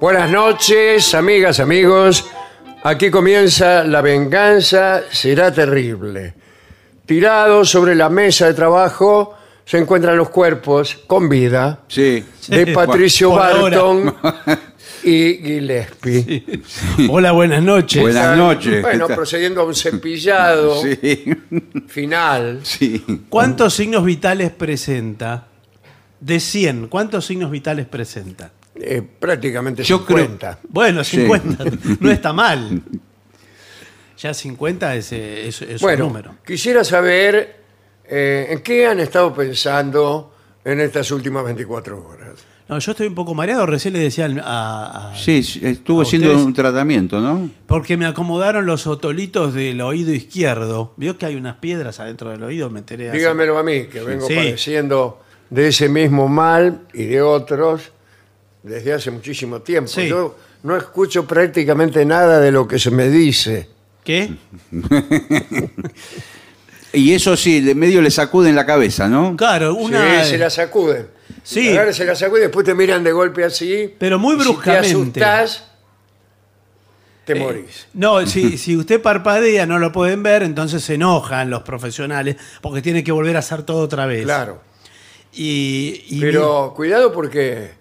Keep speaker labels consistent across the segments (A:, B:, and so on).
A: Buenas noches, amigas, amigos. Aquí comienza La venganza será terrible. Tirados sobre la mesa de trabajo se encuentran los cuerpos con vida
B: Sí.
A: de Patricio
C: por ahora.
A: Barton y Gillespie.
C: Hola, buenas noches.
B: Buenas-
A: Están,
B: noches.
A: Bueno,
B: ¿Qué tal?
A: procediendo a un cepillado
B: Sí,
A: final.
B: sí.
C: ¿Cuántos signos vitales presenta? De 100, ¿cuántos signos vitales presenta?
A: eh, prácticamente
B: Yo creo-
A: 50.
C: Bueno,
B: Sí.
C: 50, no está mal. Ya 50 es, eh, es- es
A: bueno,
C: un número.
A: quisiera saber eh, en qué han estado pensando en estas últimas 24 horas.
C: No, yo estoy un poco mareado, recién le decía al- a- a-
B: Sí, sí, estuvo
C: ¿A
B: haciendo
C: ustedes?
B: un tratamiento, ¿no?
C: Porque me acomodaron los otolitos del oído izquierdo. Vio que hay unas piedras adentro del oído, me enteré. hace-
A: Dígamelo a mí, que vengo
C: Sí.
A: padeciendo de ese mismo mal y de otros desde hace muchísimo tiempo.
C: Sí.
A: Yo no escucho prácticamente nada de lo que se me dice.
C: ¿Qué?
B: Y eso sí, de medio le sacuden la cabeza, ¿no?
C: Claro, una...
A: Sí, se la sacuden.
C: Sí.
A: Ahora se la sacuden, después te miran de golpe así.
C: Pero muy
A: y
C: bruscamente.
A: Si te asustás, te
C: Eh,
A: morís.
C: No, si, si usted parpadea, no lo pueden ver, entonces se enojan los profesionales porque tienen que volver a hacer todo otra vez.
A: Claro.
C: Y, y-
A: Pero cuidado porque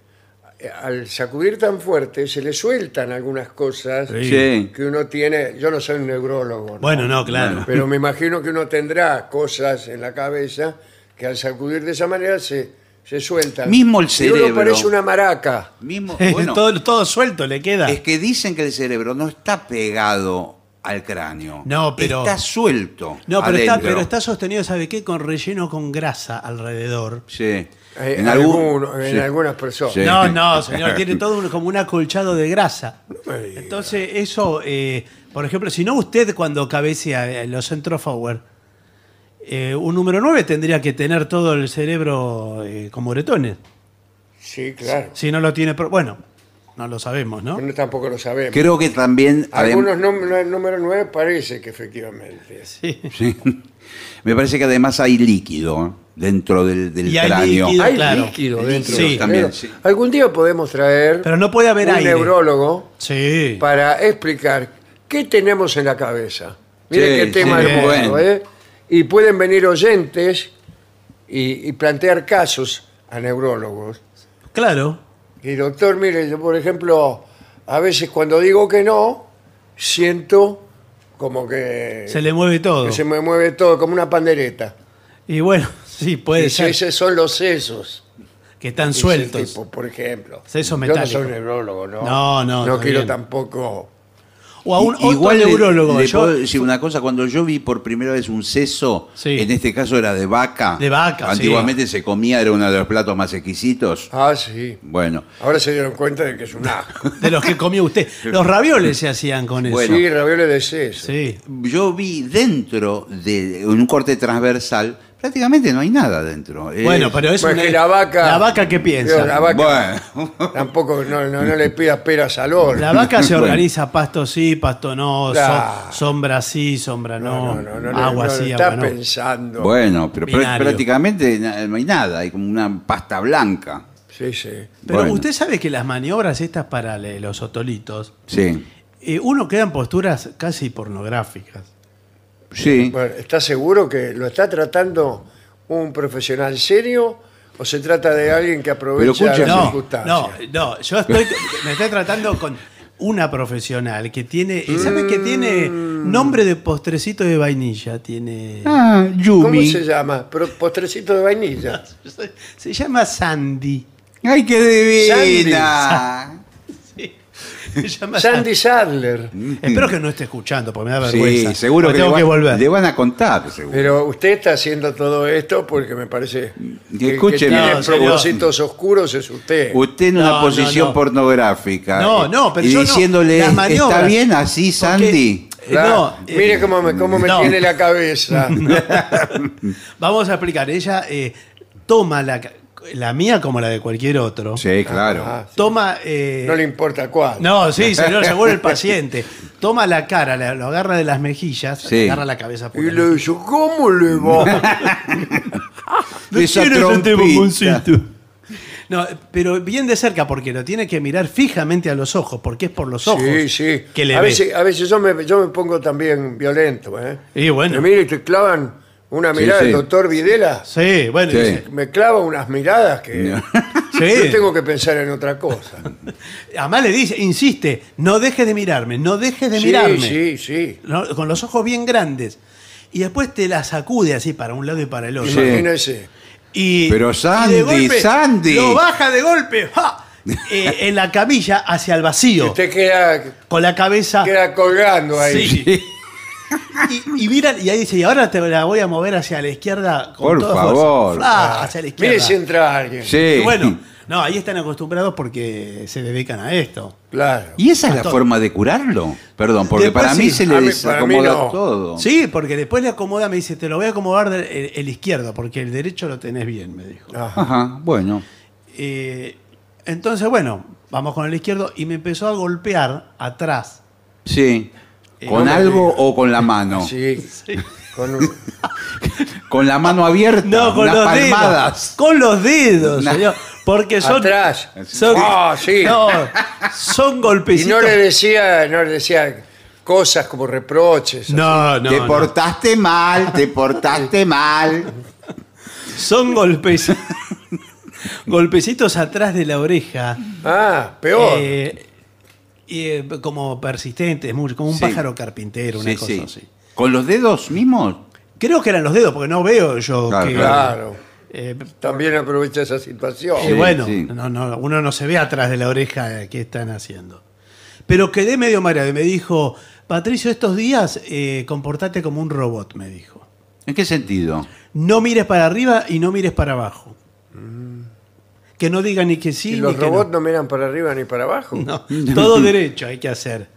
A: eh, al sacudir tan fuerte se le sueltan algunas cosas
C: Sí.
B: Sí.
A: que uno tiene. Yo no soy un neurólogo. ¿no?
C: Bueno, no, claro.
A: Pero me imagino que uno tendrá cosas en la cabeza que al sacudir de esa manera se, se sueltan.
B: Mismo el
A: Y uno
B: cerebro.
A: parece una maraca.
B: Mismo,
C: Eh,
B: bueno,
C: todo, todo suelto le queda.
B: es que dicen que el cerebro no está pegado al cráneo.
C: No, pero-
B: Está suelto.
C: no, pero está,
B: adentro.
C: pero está sostenido, ¿sabe qué? Con relleno con grasa alrededor.
B: Sí.
A: Eh,
B: En algún-
A: alguno- en
B: sí.
A: algunas personas.
B: Sí.
C: No, no, señor, tiene todo un- como un acolchado de grasa.
A: me diga.
C: Entonces, eso, eh, por ejemplo, si no usted cuando cabecea eh, los centros forward, eh, un número 9 tendría que tener todo el cerebro eh, con moretones.
A: Sí, claro.
C: Si no lo tiene, pro- bueno, no lo sabemos, ¿no?
A: No, tampoco lo sabemos.
B: Creo que también... adem-
A: Algunos números el número 9 parece que efectivamente.
C: Sí.
B: Me parece que además hay líquido dentro del, del
C: Y hay
B: cráneo.
C: líquido.
A: Hay
C: claro.
A: líquido dentro.
C: Sí.
A: de los
B: También,
A: cerebros.
B: sí.
A: Algún día podemos traer
C: Pero no puede haber
A: un
C: aire.
A: neurólogo
C: Sí.
A: para explicar qué tenemos en la cabeza. Miren
B: Sí,
A: qué tema
B: sí,
A: hermoso,
B: bien.
A: ¿eh? Y pueden venir oyentes y, y plantear casos a neurólogos.
C: Claro.
A: Y doctor, mire, yo por ejemplo, a veces cuando digo que no, siento como que
C: Se le mueve todo.
A: Eh, que se me mueve todo, como una pandereta.
C: Y bueno, sí, puede
A: Dice,
C: ser
A: esos son los sesos.
C: que están
A: dice el
C: sueltos.
A: tipo, por ejemplo.
C: Sesos
A: Yo no soy
C: metálicos.
A: neurólogo, ¿no?
C: No, no,
A: No
C: está
A: quiero
C: bien.
A: tampoco...
C: O a un
B: I- igual le-
C: neurólogo.
B: le puedo decir una cosa, cuando yo vi por primera vez un seso,
C: Sí.
B: en este caso era de vaca.
C: De vaca, sí.
B: Antiguamente se comía, era uno de los platos más exquisitos.
A: Ah, sí.
B: Bueno,
A: Ahora se dieron cuenta de que es un asco.
C: de los que comió usted. Los ravioles se hacían con eso.
B: Bueno.
A: Sí, ravioles de seso.
C: Sí.
B: yo vi dentro de en un corte transversal, prácticamente no hay nada dentro. Eh, Es-
C: Bueno, pero es
A: Pues
C: una-
A: que la vaca...
C: La vaca que piensa.
A: Digo, La vaca,
B: Bueno.
A: Tampoco, no, no, no le pidas peras al oro.
C: La vaca se
B: Bueno.
C: organiza pasto sí, pasto no, so-
A: Claro.
C: sombra sí, sombra no,
A: no, no, no, no,
C: agua
A: no,
C: sí,
A: está
C: agua no.
A: pensando.
B: Bueno, pero prá-
C: Binario.
B: prácticamente na- no hay nada, hay como una pasta blanca.
A: Sí, sí.
C: Pero
B: Bueno.
C: usted sabe que las maniobras estas para le- los otolitos,
B: Sí.
C: eh, uno queda en posturas casi pornográficas.
B: Sí.
A: Bueno, ¿estás seguro que lo está tratando un profesional serio o se trata de alguien que
B: Pero
A: aprovecha
B: escucha-
A: las
C: No,
A: circunstancias?
C: no, no, yo estoy, me estoy tratando con una profesional que tiene, eh, ¿sabe que tiene nombre de postrecito de vainilla? Tiene,
B: Mm. Ah,
A: ¿Cómo
B: Yumi.
A: se llama? Pro- postrecito de vainilla.
C: se llama Sandy.
B: Ay, qué divina.
C: Se llama
A: Sandy Sadler.
C: Espero que no esté escuchando, porque me da vergüenza.
B: Sí, seguro
C: Me
B: que,
C: tengo
B: le, va-
C: que volver.
B: le van a contar, seguro.
A: Pero usted está haciendo todo esto porque me parece que, que
B: Escúcheme.
A: tiene
C: No, señor.
A: propósitos oscuros es usted.
B: Usted en
C: No,
B: una
C: no,
B: posición
C: no.
B: pornográfica. eh,
C: No, no, pero
B: Y
C: yo no.
B: diciéndole,
C: Las
B: ¿está
C: maniobras.
B: bien así, Sandy? Ah,
C: Porque- eh,
A: Claro.
C: no, eh,
A: Mire cómo me, cómo me
C: no.
A: tiene la cabeza.
C: Vamos a explicar. Ella eh, toma la, ca- la mía como la de cualquier otro.
B: Sí, claro.
A: Ah,
C: Toma. eh,
A: no le importa cuál.
C: no, sí, señor, seguro el paciente. Toma la cara, la- lo agarra de las mejillas,
B: Sí.
C: agarra la cabeza. por
A: Y
C: la
A: le
C: mejilla.
A: dice, ¿cómo le va?
B: De esa trompita.
C: No, pero bien de cerca, porque lo tiene que mirar fijamente a los ojos, porque es por los ojos
A: Sí, sí.
C: que le
A: a,
C: ve.
A: veces, a veces yo me, yo me pongo también violento. ¿eh?
C: Y bueno.
A: Te miro y te clavan una mirada.
B: sí.
A: El doctor Videla
C: Sí, bueno,
B: Sí.
C: dice,
A: me clava unas miradas que
C: sí.
A: yo tengo que pensar en otra cosa.
C: Además le dice, insiste, no dejes de mirarme, no dejes de
A: sí,
C: mirarme.
A: sí, sí.
C: ¿no? Con los ojos bien grandes. Y después te la sacude así para un lado y para el otro.
B: Sí.
A: Imagínese.
C: Y,
B: Pero
C: y de
B: Sandy,
C: golpe
B: Sandy.
C: Lo baja de golpe ¡ja! Eh, en la camilla hacia el vacío.
A: Usted queda,
C: Con la cabeza.
A: Este queda colgando ahí.
C: Ah. Sí. Y, y mira, y ahí dice, y ahora te la voy a mover hacia la izquierda con
B: Por
C: toda fuerza.
B: favor.
C: ¡Fla! hacia la izquierda.
A: Ah, Mire si entra alguien.
B: Sí.
C: Y bueno, no, ahí están acostumbrados porque se dedican a esto.
A: Claro.
B: ¿Y esa es la
C: Entonces-
B: forma de curarlo? Perdón, porque
C: Después
B: para mí
C: sí.
B: se
A: A
B: le
A: mí- para mí
B: desacomoda
A: no.
B: todo.
C: Sí, porque después le acomoda, me dice, te lo voy a acomodar del- el, el izquierdo, porque el derecho lo tenés bien, me dijo.
A: Ajá.
B: Ajá, bueno.
C: Eh, entonces, bueno, vamos con el izquierdo y me empezó a golpear atrás.
B: Sí.
C: Eh,
B: ¿Con
A: no me
B: algo o con la mano?
C: Ah.
A: Sí. Con un-
B: Con la mano abierta,
C: No, con
B: unas
C: los dedos.
B: palmadas.
C: Con los dedos, señor. Porque son.
A: Atrás.
C: Son,
A: Ah, sí.
C: No, son
A: Y
C: golpecitos.
A: no le decía, no le decía cosas como reproches.
C: no, no,
B: te
C: no.
B: portaste mal, te portaste mal.
C: Son golpecitos. golpecitos atrás de la oreja.
A: Ah, peor.
C: Eh, y, eh, como persistentes, muy- como un
B: Sí.
C: pájaro carpintero, una
B: Sí,
C: cosa
B: sí.
C: así.
B: ¿Con los dedos mismos?
C: Creo que eran los dedos, porque no veo yo
B: Claro,
C: que.
A: claro.
C: Eh,
A: También aprovecha esa situación.
C: eh, bueno,
B: sí.
C: no, no, uno no se ve atrás de la oreja eh, qué están haciendo. Pero quedé medio mareado y me dijo, Patricio, estos días eh, comportate como un robot, me dijo.
B: ¿En qué sentido?
C: No mires para arriba y no mires para abajo.
B: Mm.
C: Que no diga ni que sí
A: y
C: ni
A: los
C: que no.
A: robots no. miran para arriba ni para abajo.
C: no. Todo derecho hay que hacer.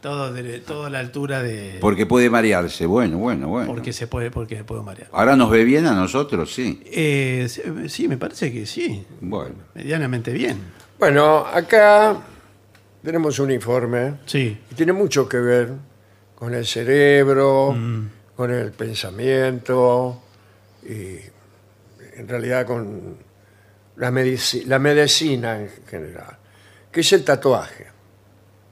C: Todo, dere- todo a la altura de...
B: Porque puede marearse. Bueno, bueno, bueno.
C: Porque se puede, porque me puedo marear.
B: Ahora nos ve bien a nosotros, sí.
C: Eh, sí- sí, me parece que sí.
B: Bueno.
C: Medianamente bien.
A: Bueno, acá tenemos un informe
C: Sí.
A: que tiene mucho que ver con el cerebro,
C: Mm.
A: con el pensamiento y en realidad con la, medici- la medicina en general, que es el tatuaje.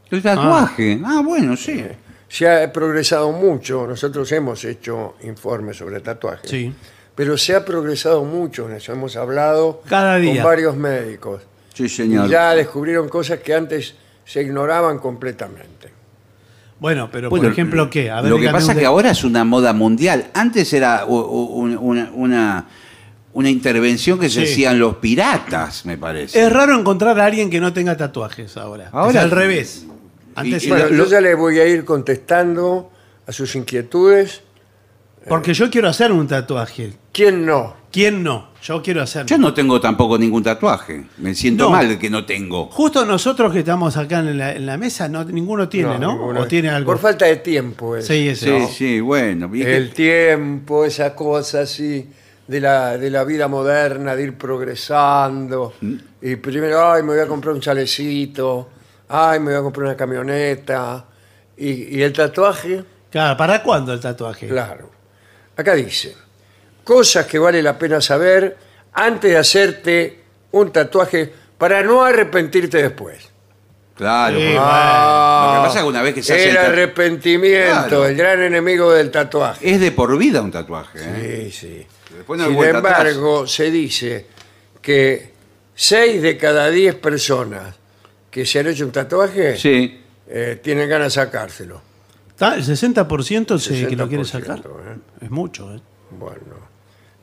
B: El tatuaje. Ah, bueno, sí.
A: se ha progresado mucho. Nosotros hemos hecho informes sobre tatuajes.
C: Sí.
A: Pero se ha progresado mucho en eso. Hemos hablado
C: Cada día.
A: con varios médicos.
B: Sí,
A: Y
B: señor.
A: ya descubrieron cosas que antes se ignoraban completamente.
C: Bueno, pero
B: Bueno,
C: por ejemplo, ¿qué? A ver,
B: lo que
C: dígame
B: pasa
C: un
B: es que
C: de-
B: ahora es una moda mundial. Antes era u- u- un- una, una- una intervención que se
C: Sí.
B: hacían los piratas, me parece.
C: Es raro encontrar a alguien que no tenga tatuajes ahora.
B: Ahora-
C: Es al revés. Antes
B: Y- y-
C: era-
A: Bueno, yo ya le voy a ir contestando a sus inquietudes.
C: Porque yo quiero hacer un tatuaje.
A: ¿Quién no?
C: ¿Quién no? Yo quiero hacerlo.
B: Yo no tengo tampoco ningún tatuaje. Me siento
C: No.
B: mal de que no tengo.
C: Justo nosotros que estamos acá en la, en la mesa, no, ninguno tiene, ¿no?
A: ninguno.
C: O tiene algo.
A: Por falta de tiempo. es.
C: Sí, ese.
B: Sí, sí, bueno. y que-
A: El tiempo, esa cosa así de la, de la vida moderna, de ir progresando.
B: Mm.
A: Y primero, ay, me voy a comprar un chalecito, ay, me voy a comprar una camioneta. Y, y el tatuaje,
C: Claro, ¿para cuándo el tatuaje?
A: claro. Acá dice, cosas que vale la pena saber antes de hacerte un tatuaje para no arrepentirte después.
B: Claro.
C: Sí,
B: porque-
C: bueno.
A: Ah,
B: Lo que pasa es que una vez que se
A: El
B: hace el tatu-
A: arrepentimiento,
B: Claro.
A: el gran enemigo del tatuaje.
B: Es de por vida un tatuaje. ¿eh?
A: Sí, sí.
B: Después no hay
A: Sin
B: vuelta atrás.
A: embargo, se dice que 6 de cada 10 personas que se han hecho un tatuaje
B: Sí.
A: eh, tienen ganas de sacárselo.
C: Está- El 60% se, que lo quiere
A: 60%,
C: sacar.
A: ¿eh?
C: Es mucho, ¿eh?
A: Bueno.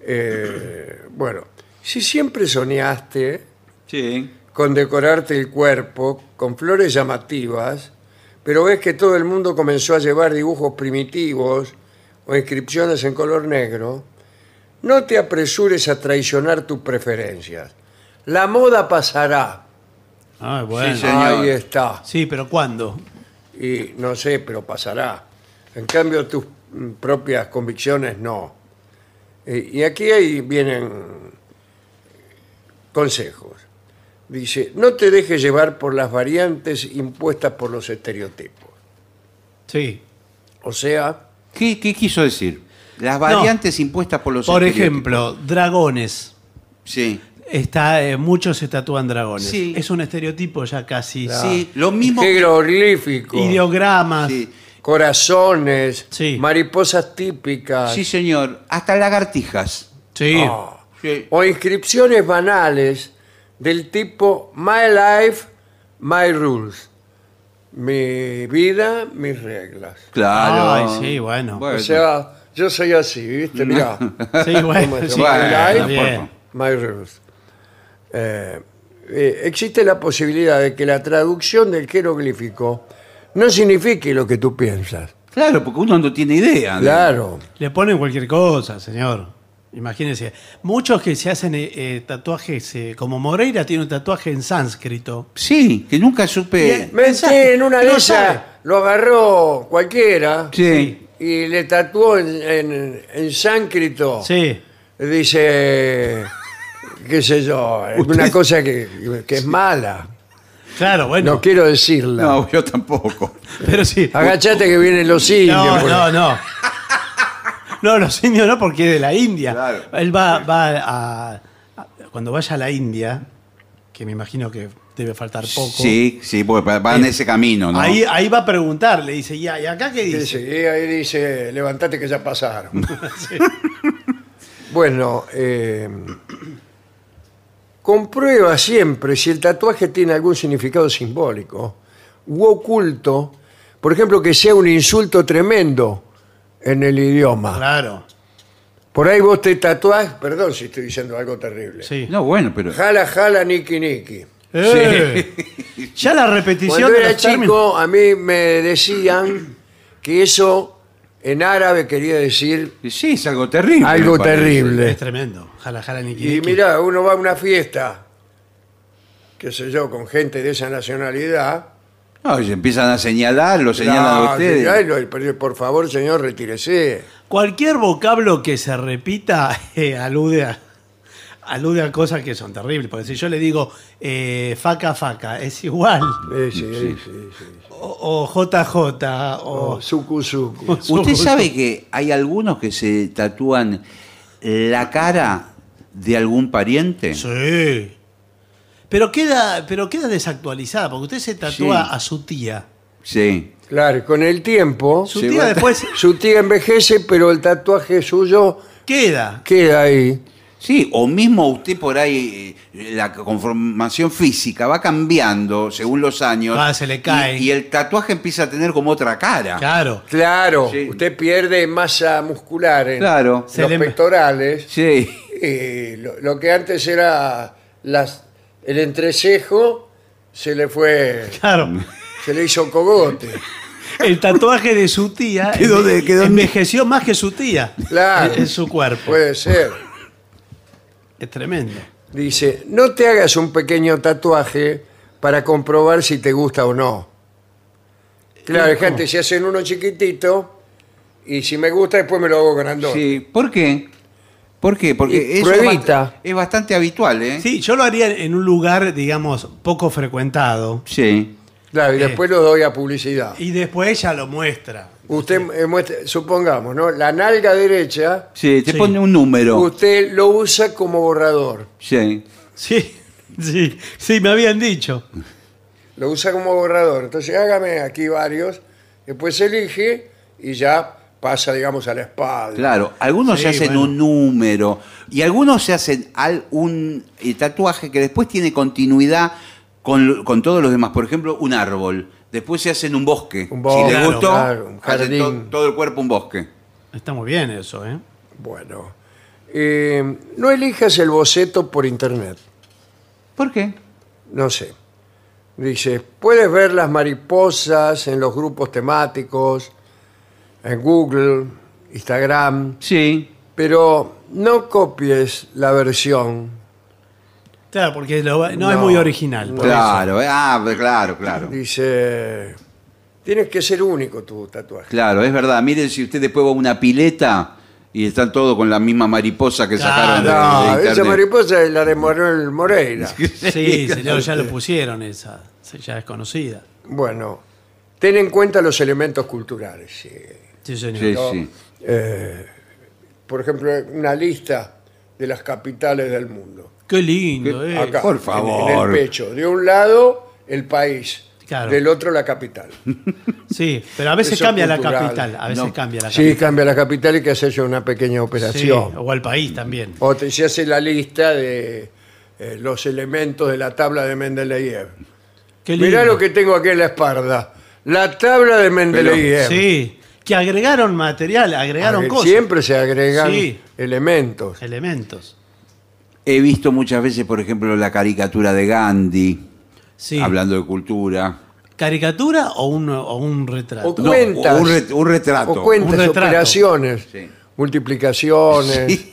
A: Eh, bueno, si siempre soñaste
B: Sí.
A: con decorarte el cuerpo con flores llamativas, pero ves que todo el mundo comenzó a llevar dibujos primitivos o inscripciones en color negro, no te apresures a traicionar tus preferencias. La moda pasará.
C: Ah, bueno.
B: Sí, señor.
A: Ahí está.
C: Sí, pero ¿cuándo?
A: Y no sé, pero pasará. En cambio, tus mm, propias convicciones no. Eh, Y aquí ahí vienen consejos. Dice, no te dejes llevar por las variantes impuestas por los estereotipos.
C: Sí.
A: O sea,
B: ¿Qué, qué quiso decir? Las variantes impuestas por los
C: Por
B: estereotipos.
C: ejemplo, dragones.
B: Sí.
C: Está, eh, muchos se tatúan dragones.
B: Sí.
C: Es un estereotipo ya casi.
B: Sí. Lo mismo. que-
A: jeroglíficos,
C: Ideogramas.
B: Sí.
A: corazones,
C: Sí.
A: mariposas típicas
B: Sí, señor. Hasta lagartijas.
C: Sí.
A: Ah.
B: Sí.
A: o inscripciones banales del tipo My Life, My Rules. Mi vida, mis reglas.
B: Claro.
C: Ay, sí, bueno.
A: O sea, yo soy así, ¿viste? Mirá.
C: Sí,
A: ¿Cómo
C: bueno.
A: es?
C: sí,
A: Bueno,
C: bien.
B: por favor.
A: My Rules. Eh, eh, existe la posibilidad de que la traducción del jeroglífico no signifique lo que tú piensas.
C: Ah,
B: Claro, porque uno no tiene idea. de-
A: Claro.
C: Le ponen cualquier cosa, señor. Imagínese. Muchos que se hacen eh, eh, tatuajes, eh, como Moreira tiene un tatuaje en sánscrito.
B: Sí, que nunca supe.
C: Bien.
A: Mentí, en una de
C: No
A: esas
C: sabe.
A: lo agarró cualquiera
B: Sí.
A: y le tatuó en, en, en sáncrito.
C: Sí.
A: Dice, qué sé yo, una cosa que, que es mala.
C: Claro, bueno.
A: No quiero decirla.
B: No, yo tampoco.
C: Pero sí.
B: Ah,
A: Agachate que vienen los indios.
C: No,
A: por-
C: no,
B: pues.
C: no. No, los indios no, porque es de la India.
B: Claro.
C: Él va, va a, a- Cuando vaya a la India, que me imagino que debe faltar poco.
B: Sí, sí, porque va- va en ese camino, ¿no?
C: Ahí, ahí va a preguntar, le dice, "Ya, ¿y acá qué
A: Y
C: dice?
A: dice- y ahí dice, levantate que ya pasaron. Bueno, eh, comprueba siempre si el tatuaje tiene algún significado simbólico u oculto. Por ejemplo, que sea un insulto tremendo en el idioma.
C: Claro,
A: Por ahí vos te tatuás, perdón si estoy diciendo algo terrible.
C: sí.
B: No, bueno, pero.
A: Jala, jala, niki, niki.
C: Eh, Ya la repetición
A: Cuando
C: de
A: era
C: los términos-
A: chico, a mí me decían que eso en árabe quería decir
B: Sí, es algo terrible.
A: algo
B: me parece.
C: Es
A: terrible.
C: tremendo. Jala, jala, niki,
A: Y
C: niki.
A: mira, uno va a una fiesta, qué sé yo, con gente de esa nacionalidad.
B: No, y se empiezan a señalar, lo señalan
A: Ah,
B: a ustedes.
A: ay, lo- pero por favor, señor, retírese.
C: Cualquier vocablo que se repita eh, alude a alude a cosas que son terribles. Porque si yo le digo eh, faca faca, es igual.
A: Eh, sí, sí, sí, sí.
C: O, o JJ, o.
A: O suku, suku.
B: Usted sabe que hay algunos que se tatúan la cara de algún pariente.
C: Sí. Pero queda, pero queda desactualizada, porque usted se tatúa
B: Sí.
C: a su tía.
B: Sí.
A: Claro, con el tiempo,
C: Su
B: Sí,
C: tía
B: bueno.
C: después
A: su tía envejece, pero el tatuaje suyo
C: queda.
A: queda ahí.
B: Sí, o mismo usted por ahí, eh, la conformación física va cambiando según los años.
C: Ah, se le cae.
B: Y, y el tatuaje empieza a tener como otra cara.
C: Claro.
A: Claro,
B: Sí.
A: usted pierde masa muscular en
B: Claro.
A: los
C: Se le-
A: pectorales.
B: Sí.
A: Eh, lo, lo que antes era las, el entrecejo se le fue,
C: Claro.
A: se le hizo cogote.
C: El tatuaje de su tía
B: Quedó de- quedó de-
C: envejeció más que su tía
A: Claro.
C: en, en su cuerpo.
A: Puede ser.
C: Es tremendo.
A: Dice, no te hagas un pequeño tatuaje para comprobar si te gusta o no. Claro, hay gente, se hacen uno chiquitito y si me gusta después me lo hago grandote.
B: Sí. ¿Por qué? ¿Por qué?
A: Y
B: Porque eso
A: pruebita.
B: es bast- es bastante habitual, ¿eh?
C: Sí, yo lo haría en un lugar, digamos, poco frecuentado.
B: Sí.
A: Claro, y
C: Eh.
A: después lo doy a publicidad.
C: Y después ella lo muestra.
A: Usted eh, muestra- supongamos, ¿no? La nalga derecha,
B: Sí, te
C: Sí.
B: pone un número.
A: usted lo usa como borrador.
B: Sí.
C: Sí, sí, sí, me habían dicho.
A: Lo usa como borrador. Entonces hágame aquí varios, después elige y ya pasa, digamos, a la espalda.
B: Claro, algunos
C: Sí,
B: se hacen
C: bueno.
B: un número y algunos se hacen al- un eh, tatuaje que después tiene continuidad con, lo- con todos los demás. Por ejemplo, un árbol. Después se hacen un bosque.
A: Un bosque,
B: si les
C: claro,
B: gustó,
A: claro, un
B: hacen to-
A: jardín.
B: todo el cuerpo un bosque.
C: Está muy bien eso, ¿eh?
A: Bueno, eh, no elijas el boceto por internet.
B: ¿Por qué?
A: No sé. Dice, puedes ver las mariposas en los grupos temáticos, en Google, Instagram,
B: Sí.
A: pero no copies la versión.
C: Claro, porque lo va- no, es
A: No,
C: muy original. por
B: Claro, eh, ah, claro, claro.
A: Dice, tienes que ser único tu tatuaje.
B: Claro, es verdad. Miren, si usted después va a una pileta y están todos con la misma mariposa que
C: Claro.
B: sacaron de- de,
A: Ah, No, esa
B: internet.
A: mariposa es la de Manuel Moreira.
C: eso. Sí, señor, ya lo pusieron esa. Sí, Ya es conocida.
A: Bueno, ten en cuenta los elementos culturales. sí.
C: Sí, señor.
B: Sí, sí.
A: Eh, por ejemplo, una lista de las capitales del mundo.
C: Qué lindo, ¿eh?
A: Acá,
B: por
A: en- En,
B: favor.
A: el pecho. De un lado, el país.
C: Claro.
A: Del otro, la capital.
C: Sí, pero a veces
A: Eso
C: cambia la
A: cultural.
C: capital. A veces
B: No.
C: cambia la
A: Sí,
C: capital.
A: cambia la capital y que hacerse una pequeña
C: Sí,
A: operación.
C: o al país también.
A: O te, se hace la lista de eh, los elementos de la tabla de Mendeleev.
C: Qué lindo.
A: Mirá lo que tengo aquí en la espalda. La tabla de Mendeleev.
C: Sí, que agregaron material, agregaron
A: Agre-
C: cosas.
A: Siempre se agregan
C: Sí.
A: elementos.
C: Elementos.
B: He visto muchas veces, por ejemplo, la caricatura de Gandhi,
C: Sí.
B: hablando de cultura.
C: ¿Caricatura o un, o un retrato?
A: O cuentas.
B: o un re- un retrato.
A: O cuentas,
C: Un retrato.
A: operaciones,
B: Sí.
A: multiplicaciones.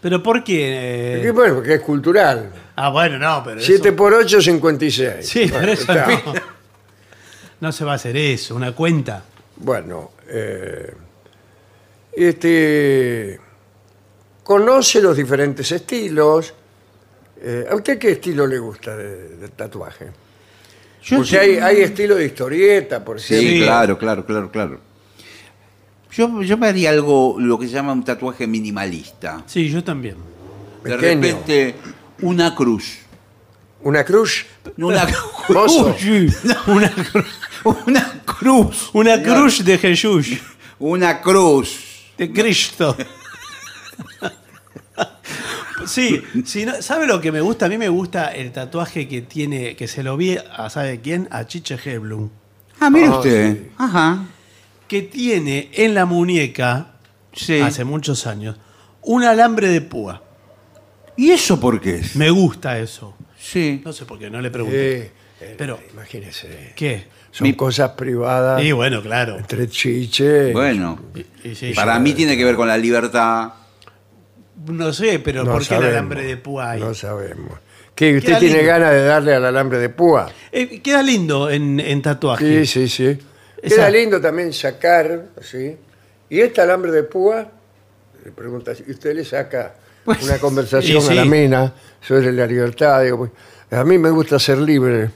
C: ¿Pero por qué? eh?
A: Y bueno, porque es cultural.
C: Ah, bueno, no, pero. eso-
A: 7 por 8, 56.
C: Sí, pero
A: Bueno,
C: eso
A: está.
C: no. No se va a hacer eso, una cuenta.
A: Bueno, eh, este, conoce los diferentes estilos. Eh, ¿A usted qué estilo le gusta de, de tatuaje? Porque hay, hay estilo de historieta, por
B: Sí,
A: ejemplo.
B: claro, claro, claro, claro. Yo, yo me haría algo, lo que se llama un tatuaje minimalista.
C: Sí, yo también.
B: De
A: Pequeño.
B: repente, una cruz.
A: Una cruz.
B: Una,
A: Mozo.
C: Una, cru-
B: una cruz.
C: una
B: señor.
C: cruz de Jesús,
B: Una cruz.
C: de Cristo. Sí, si no- ¿sabe lo que me gusta? A mí me gusta el tatuaje que tiene, que se lo vi a, ¿sabe quién? A Chiche Heblum.
B: Ah, mire
A: Ah,
B: usted.
A: sí.
B: Ajá.
C: Que tiene en la muñeca,
B: Sí.
C: hace muchos años, un alambre de púa.
B: ¿Y eso por qué es?
C: Me gusta eso.
B: Sí.
C: No sé por qué, no le pregunté.
A: Eh, eh,
C: Pero-
A: imagínese.
C: ¿Qué?
A: Son
B: Mi-
A: cosas privadas
C: Y bueno, claro.
A: entre chiche.
B: Bueno,
C: Y sí,
B: para
C: yo-
B: mí tiene que ver con la libertad.
C: No sé, pero
A: no
C: ¿por qué
A: sabemos,
C: el alambre de púa hay?
A: No sabemos. ¿Qué, ¿Usted
C: Queda
A: tiene
C: lindo.
A: ganas de darle al alambre de púa?
C: Eh, queda lindo en, en tatuaje.
A: Sí, sí, sí.
C: Ah, Esa-
A: Queda lindo también sacar, ¿sí? Y este alambre de púa, le pregunta, y usted le saca una conversación
C: Pues, y sí.
A: a la mina sobre la libertad. digo, pues, a mí me gusta ser libre.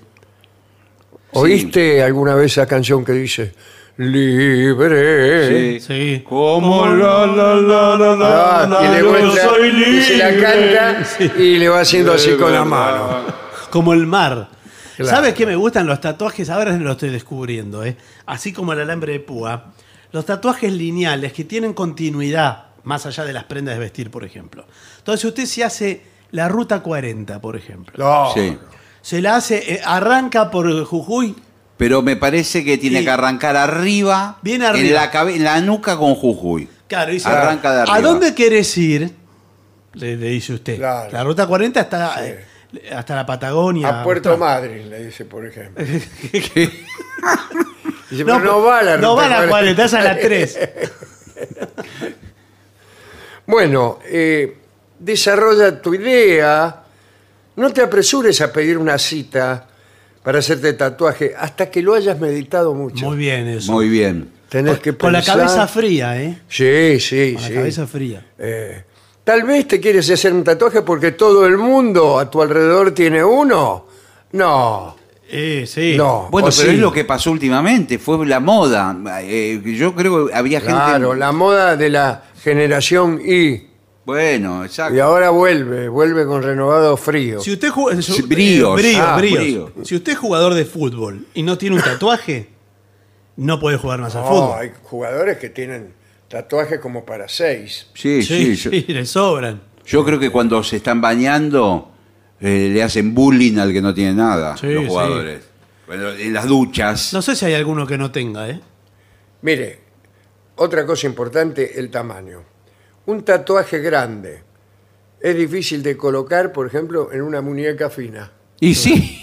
A: ¿Oíste alguna vez esa canción que dice, libre?
C: Sí.
B: Como la la la la
A: Ah, y le cuenta, y se la canta y le va haciendo así con la mano.
C: Como el mar.
A: Claro.
C: ¿Sabes qué me gustan los tatuajes? Ahora lo estoy descubriendo, ¿eh? Así como el alambre de púa. Los tatuajes lineales que tienen continuidad, más allá de las prendas de vestir, por ejemplo. Entonces usted se hace la ruta 40, por ejemplo.
A: No.
B: Sí.
C: Se la hace, eh, arranca por Jujuy,
B: Pero me parece que tiene
C: Y-
B: que arrancar arriba,
C: Bien arriba.
B: En, la cabe- en la nuca con Jujuy.
C: Claro, dice.
B: Arranca de arriba.
C: ¿A dónde querés ir? Le, le dice usted.
A: Claro.
C: La ruta 40 está eh, hasta la Patagonia.
A: A Puerto
C: Tra-
A: Madryn, le dice, por ejemplo. Dice, pero no,
C: pero-
A: va la
C: No
A: ruta
C: va la 40, es a la 3.
A: Bueno, eh, desarrolla tu idea. No te apresures a pedir una cita para hacerte tatuaje hasta que lo hayas meditado mucho.
C: Muy bien eso.
B: Muy bien.
A: Tenés que
C: Con la
A: pensar-
C: cabeza fría, ¿eh?
A: Sí, sí,
C: Con
A: sí.
C: la cabeza fría.
A: Eh, Tal vez te quieres hacer un tatuaje porque todo el mundo a tu alrededor tiene uno. No,
C: Eh, sí.
A: no.
B: Bueno,
A: o
B: pero
A: Oh, sí.
B: es lo que pasó últimamente, fue la moda. Eh, yo creo que había gente.
A: Claro, la moda de la generación Y.
B: Bueno, exacto.
A: Y ahora vuelve, vuelve con renovado frío.
C: Si usted ju- su-
B: Sí, bríos.
C: eh, bríos,
B: Ah,
C: bríos.
B: brío.
C: Si usted es jugador de fútbol y no tiene un tatuaje, no puede jugar más al
A: No,
C: fútbol.
A: hay jugadores que tienen tatuajes como para seis.
B: Sí,
C: Sí,
B: sí, yo-
C: sí, le sobran.
B: Yo creo que cuando se están bañando eh, le hacen bullying al que no tiene nada,
C: Sí,
B: los jugadores. Bueno, en las duchas.
C: No sé si hay alguno que no tenga, ¿eh?
A: Mire, otra cosa importante, el tamaño. Un tatuaje grande es difícil de colocar, por ejemplo, en una muñeca fina.
B: Y sí.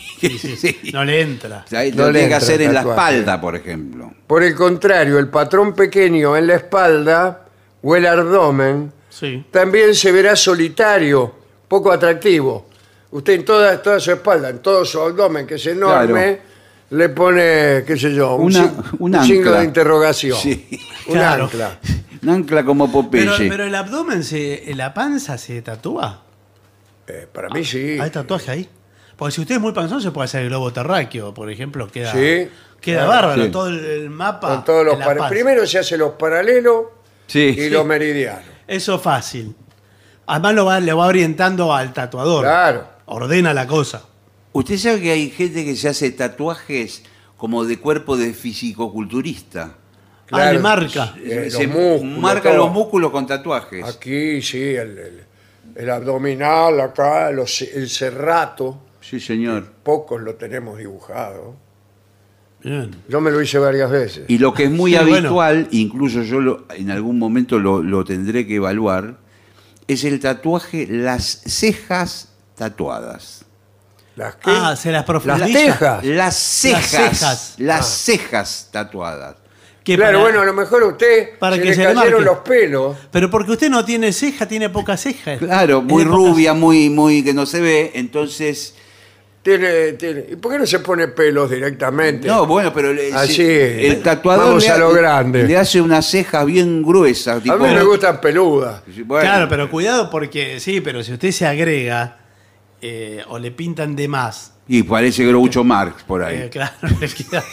C: No le entra.
B: O sea,
A: No
B: lo
A: le
B: tiene que
A: entra
B: hacer
A: el
B: en la
A: tatuaje.
B: espalda, por ejemplo.
A: Por el contrario, el patrón pequeño en la espalda o el abdomen
C: Sí.
A: también se verá solitario, poco atractivo. Usted en toda, toda su espalda, en todo su abdomen, que es enorme, le pone, qué sé yo, un,
B: Una-
A: sig-
B: un
A: un signo
B: ancla.
A: de interrogación.
B: Sí.
A: Un
C: Claro.
A: ancla.
B: Un ancla como Popeye.
C: Pero, pero el abdomen, se, la panza se tatúa.
A: Eh, para mí sí.
C: Hay tatuaje ahí. Porque si usted es muy panzón, se puede hacer el globo terráqueo, por ejemplo. Queda,
A: Sí.
C: queda
A: Claro.
C: bárbaro
B: Sí.
C: todo el, el mapa.
A: Con todos los
C: en la
A: par-
C: panza.
A: Primero se hace los paralelos
B: Sí.
A: y los meridianos.
C: Eso fácil. Además, lo va, le va orientando al tatuador.
A: Claro.
C: Ordena la cosa.
B: Usted sabe que hay gente que se hace tatuajes como de cuerpo de fisicoculturista.
C: Ah,
A: Claro.
C: le marca.
A: Eh, los
B: se
A: músculos,
B: marca
A: todo.
B: los músculos Ah, con tatuajes.
A: Aquí sí, el, el- el abdominal, acá, los- el cerrato.
B: Sí, señor.
A: Pocos lo tenemos dibujado.
C: Bien.
A: Yo me lo hice varias veces.
B: Y lo que es muy
C: Sí, bueno.
B: habitual, incluso yo lo- en algún momento lo, lo tendré que evaluar, es el tatuaje, las cejas tatuadas.
A: ¿Las qué?
C: Ah, se las profundiza.
A: Las tejas.
B: Las cejas. Las cejas, Ah.
C: cejas.
B: tatuadas.
C: Que
A: Claro,
C: para-
A: bueno, a lo mejor a usted
C: Para
A: se
C: que
A: le
C: se le
A: cayeron
C: marque.
A: los pelos.
C: Pero porque usted no tiene ceja, tiene pocas cejas.
B: Claro,
C: Es
B: muy
C: de pocas-
B: rubia, muy, muy que no se ve. Entonces,
A: Tiene, tiene- ¿Y por qué no se pone pelos directamente?
B: no, bueno, pero le-
A: Así
B: se-
A: es.
B: el tatuador
A: Vamos
B: le,
A: a
B: ha-
A: lo grande.
B: le hace unas cejas bien
A: a
B: gruesas. tipo-
A: mí me gustan peludas.
B: Bueno,
C: Claro, pero cuidado porque, sí, pero si usted se agrega eh, o le pintan de más,
B: Y parece Groucho Marx por ahí.
C: eh, claro, le queda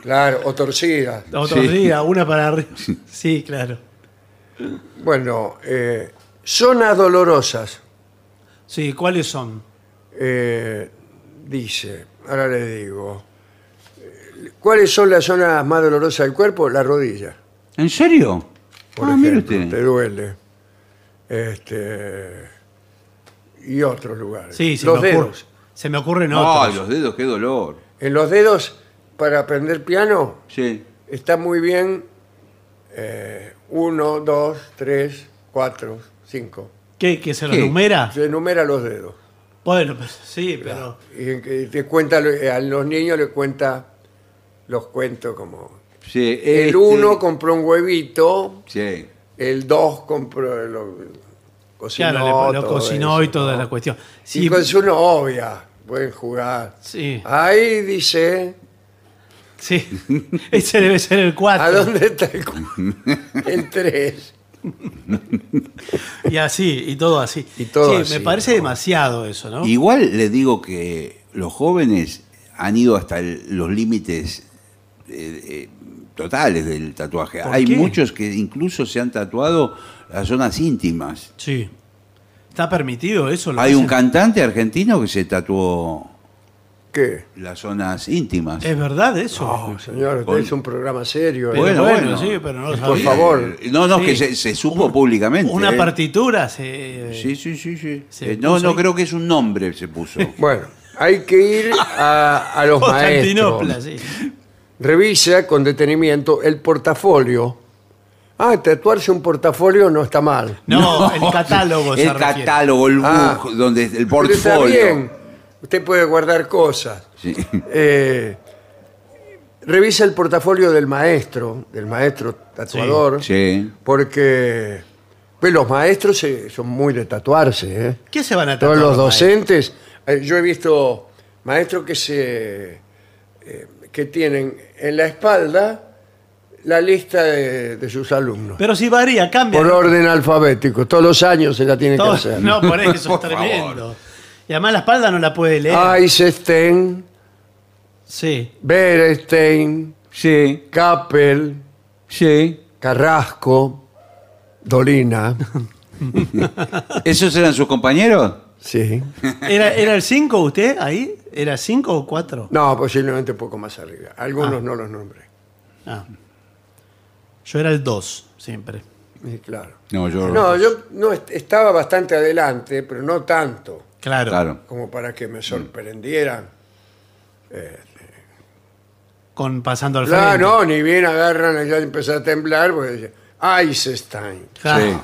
A: Claro, o torcidas.
C: otro
B: Sí.
C: día, una para arriba. Sí, claro.
A: Bueno, eh, zonas dolorosas.
C: Sí, ¿cuáles son?
A: eh, dice, ahora le digo, eh, ¿cuáles son las zonas más dolorosas del cuerpo? La rodilla,
B: ¿En serio?
A: por
B: Ah, mire
A: ejemplo,
B: usted.
A: te duele. Este, y otros lugares.
C: Sí, se
A: los
C: me ocurre.
A: dedos.
C: Se me ocurren
B: Ay,
C: otros.
B: los dedos, qué dolor.
A: En los dedos, para aprender piano,
B: Sí.
A: está muy bien eh, 1, 2, 3, 4, 5.
C: ¿Qué? ¿Que se los
B: ¿Qué?
C: numera?
A: Se enumera los dedos.
C: Bueno, pues, sí, pero.
A: Y y te cuenta, eh, a los niños le cuenta los cuentos como
B: Sí,
A: El
B: este-
A: 1 compró un huevito,
B: Sí.
A: el 2 compró lo, cocinó,
C: Claro, le- lo
A: todo
C: cocinó
A: eso,
C: y toda
A: ¿no?
C: la cuestión.
A: y
C: Sí,
A: con su novia, pueden jugar.
C: sí,
A: Ahí dice,
C: sí. Ese debe ser el
A: ¿a
C: 4.
A: dónde está el, cu- el 3?
C: Y así, y todo así.
A: Y todo
C: sí,
A: así,
C: me parece
A: ¿no?
C: demasiado eso, ¿no?
B: Igual les digo que los jóvenes han ido hasta el- los límites eh, eh, totales del tatuaje.
C: ¿Por
B: Hay
C: qué?
B: muchos que incluso se han tatuado las zonas íntimas.
C: Sí. ¿Está permitido eso? ¿Lo
B: Hay un
C: hacen?
B: cantante argentino que se tatuó
A: ¿Qué?
B: las zonas íntimas.
C: ¿Es verdad eso?
A: Señor, este
B: Bueno.
A: es un programa serio. ¿eh?
C: Oh, bueno,
B: bueno.
C: bueno, sí, pero no lo
A: Por
C: sabía.
A: favor.
B: eh, No, no,
C: Sí.
B: que se, se supo públicamente.
C: Una
B: eh.
C: partitura se...
B: Sí, sí, sí, sí.
C: Se
B: Eh, no,
C: puso
B: no
C: ahí.
B: creo que es un nombre se puso.
A: Bueno, hay que ir a, a los
C: Constantinopla,
A: maestros.
C: sí.
A: Revisa con detenimiento el portafolio. Ah, tatuarse un portafolio no está mal.
C: No, el catálogo se
B: El
C: refiere.
B: catálogo, el book,
A: Ah.
B: donde el
A: Pero está
B: portfolio.
A: bien. Usted puede guardar cosas.
B: Sí.
A: Eh, revisa el portafolio del maestro, del maestro tatuador,
B: Sí.
A: porque pues, los maestros se- son muy de tatuarse. ¿eh?
C: ¿Qué se van a
A: Todos
C: tatuar
A: los
C: maestros?
A: docentes, eh, yo he visto maestros que se eh, que tienen en la espalda la lista de, de sus alumnos.
C: Pero si varía, cambia.
A: Por orden alfabético, todos los años se la tienen
C: Todo-
A: que hacer.
C: no, por eso
B: Por
C: es tremendo. Y además la espalda no la puede leer.
A: Eisenstein,
C: Sí.
A: Berestein,
B: Sí,
A: Kappel,
B: sí.
A: Carrasco, Dolina.
B: ¿Esos eran sus compañeros?
A: Sí.
C: ¿Era, era el 5 usted ahí? ¿Era 5 o 4?
A: No, posiblemente un poco más arriba. Algunos no los nombré.
C: Ah. Yo era el 2 siempre.
A: Sí, Claro.
B: No, yo.
A: No, yo no est- estaba bastante adelante, pero no tanto
C: Claro.
B: Claro.
A: como para que me sorprendieran.
B: Mm.
C: Con pasando al
A: Claro,
C: frente.
A: no, ni bien agarran, ya empezó a temblar, pues dice, Eisenstein.
C: Claro.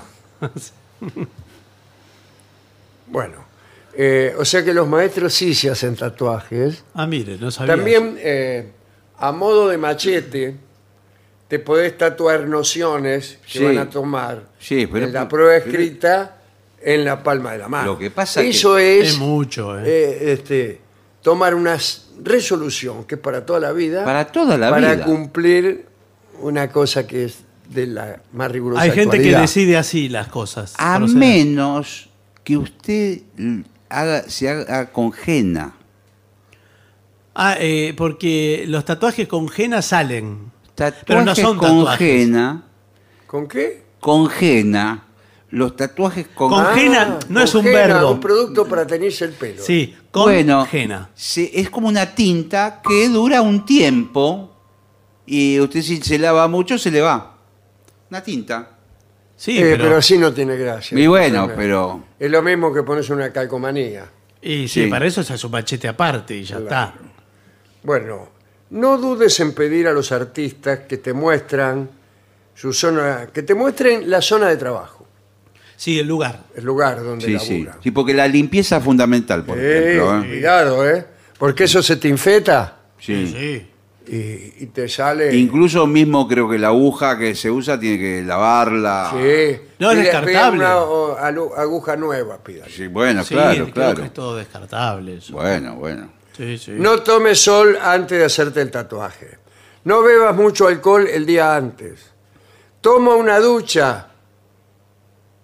A: Bueno, eh, o sea que los maestros sí se hacen tatuajes.
C: Ah, mire, no sabía.
A: También, eh, a modo de machete, te podés tatuar nociones que
B: Sí.
A: van a tomar
B: Sí, pero-
A: en la prueba escrita en la palma de la mano.
B: Lo que pasa que-
A: Eso es,
C: Es mucho, ¿eh?
A: eh, este, tomar una s- resolución que es para toda la vida.
B: Para toda la
A: para
B: vida.
A: cumplir una cosa que es de la más rigurosa
C: Hay gente que
A: actualidad.
C: decide así las cosas.
B: A
C: proceder.
B: menos que usted l- haga, se haga con henna.
C: Ah, eh, porque los tatuajes con henna salen.
B: Tatuajes
C: Pero no son
B: con
C: tatuajes.
B: henna.
A: ¿Con qué?
B: Con henna. Los tatuajes con,
C: Con henna no es un
A: henna,
C: verbo.
A: Ah, un producto para tenerse el pelo.
C: Sí, con
B: bueno,
C: henna.
B: se- es como una tinta que dura un tiempo y usted si se lava mucho se le va. Una tinta.
C: Sí,
A: Eh, pero,
C: pero,
A: así no tiene gracia.
B: Y bueno, pero
A: Es lo mismo que pones una calcomanía.
C: y sí,
B: sí.
C: para eso se hace un machete aparte y ya
A: Claro.
C: está.
A: Bueno, no dudes en pedir a los artistas que te muestran su zona, que te muestren la zona de trabajo,
C: Sí, el lugar.
A: el lugar donde
B: sí, sí,
A: laburan.
B: sí, porque la limpieza es fundamental, por
A: Eh,
B: ejemplo. ¿eh?
A: Cuidado, ¿eh? Porque eso se te infeta
B: Sí.
C: Sí.
A: y, y te sale.
B: Incluso mismo creo que la aguja que se usa tiene que lavarla.
A: Sí.
C: No, es
A: Pide- pida
C: descartable.
A: una o, alu- aguja nueva, pida.
B: Sí, bueno,
C: Sí,
B: claro,
C: creo
B: claro.
C: que es todo descartable. eso.
B: Bueno, bueno.
C: Sí, sí.
A: No tomes sol antes de hacerte el tatuaje. No bebas mucho alcohol el día antes. Toma una ducha,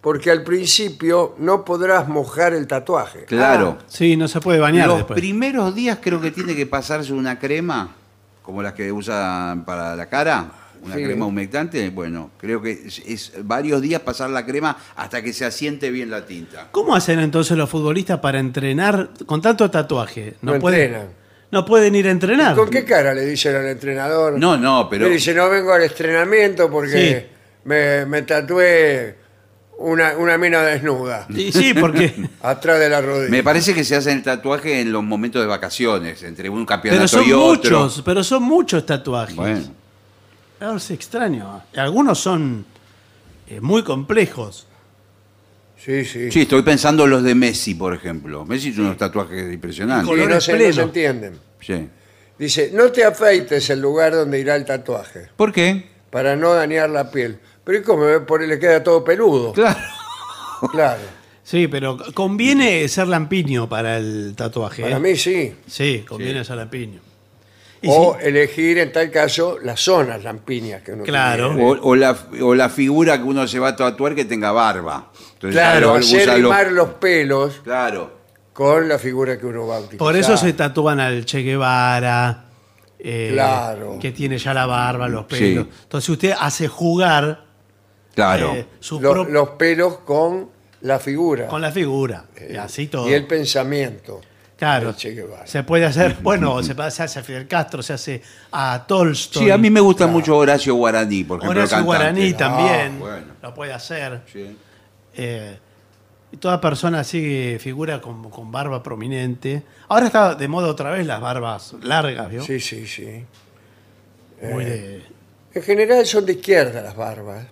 A: porque al principio no podrás mojar el tatuaje.
B: Claro.
C: Sí, no se puede bañar
B: Los
C: después.
B: primeros días creo que tiene que pasarse una crema, como las que usan para la cara, una
A: Sí.
B: crema humectante. Bueno, creo que es, es varios días pasar la crema hasta que se asiente bien la tinta.
C: ¿Cómo hacen entonces los futbolistas para entrenar con tanto tatuaje?
A: No
C: pueden,
A: entrenan.
C: No pueden ir a entrenar.
A: Ah. ¿Con qué cara le dicen al entrenador?
B: No, no, pero
A: Le dice, no vengo al entrenamiento porque me, me tatué una, una mina desnuda
C: Y sí, porque.
A: atrás de la rodilla.
B: me parece que se hace el tatuaje en los momentos de vacaciones, entre un
C: pero
B: campeonato
C: son
B: y otro.
C: muchos, pero son muchos tatuajes.
B: Bueno,
C: Ahora es extraño. Algunos son eh, muy complejos.
A: Sí, sí.
B: sí, estoy pensando en los de Messi, por ejemplo. Messi tiene unos tatuajes
A: Y
B: impresionantes.
C: Colores
A: no se, no se
C: plenos.
A: entienden.
B: Sí.
A: Dice, no te afeites el lugar donde irá el tatuaje
B: ¿Por qué?
A: para no dañar la piel. Pero ¿y cómo? Por él le queda todo peludo.
B: Claro.
A: Claro.
C: Sí, pero conviene ser lampiño para el tatuaje.
A: Para
C: ¿eh?
A: mí sí.
C: Sí, conviene ser lampiño. Y
A: O
C: sí,
A: elegir en tal caso las zonas lampiñas que uno
C: Claro.
A: tiene.
B: O, o la, o la figura que uno se va a tatuar que tenga barba. Entonces,
A: Claro,
B: algo-
A: hacer
B: usa los-
A: limar los pelos
B: Claro.
A: con la figura que uno va a utilizar.
C: por eso se tatúan al Che Guevara. eh,
A: Claro.
C: Que tiene ya la barba, los
B: Sí.
C: pelos. Entonces usted hace jugar
B: Claro.
C: eh, su
A: Lo-
C: pro-
A: los pelos con la figura Eh,
C: con la figura. y así todo.
A: y el pensamiento.
C: Claro.
A: El Che Guevara.
C: Se puede hacer, bueno, se, pa- se hace a Fidel Castro, se hace a Tolstoy.
B: Sí, a mí me gusta mucho Horacio Guaraní, por ejemplo.
C: Horacio
B: cantante.
C: Guaraní
B: Ah,
C: también
B: bueno,
C: lo puede hacer.
B: sí.
C: Eh, y toda persona así que figura con, con barba prominente. Ahora está de moda otra vez las barbas largas, ¿vio?
A: Sí, Eh. sí, sí.
C: Muy de-
A: En general son de izquierda las barbas.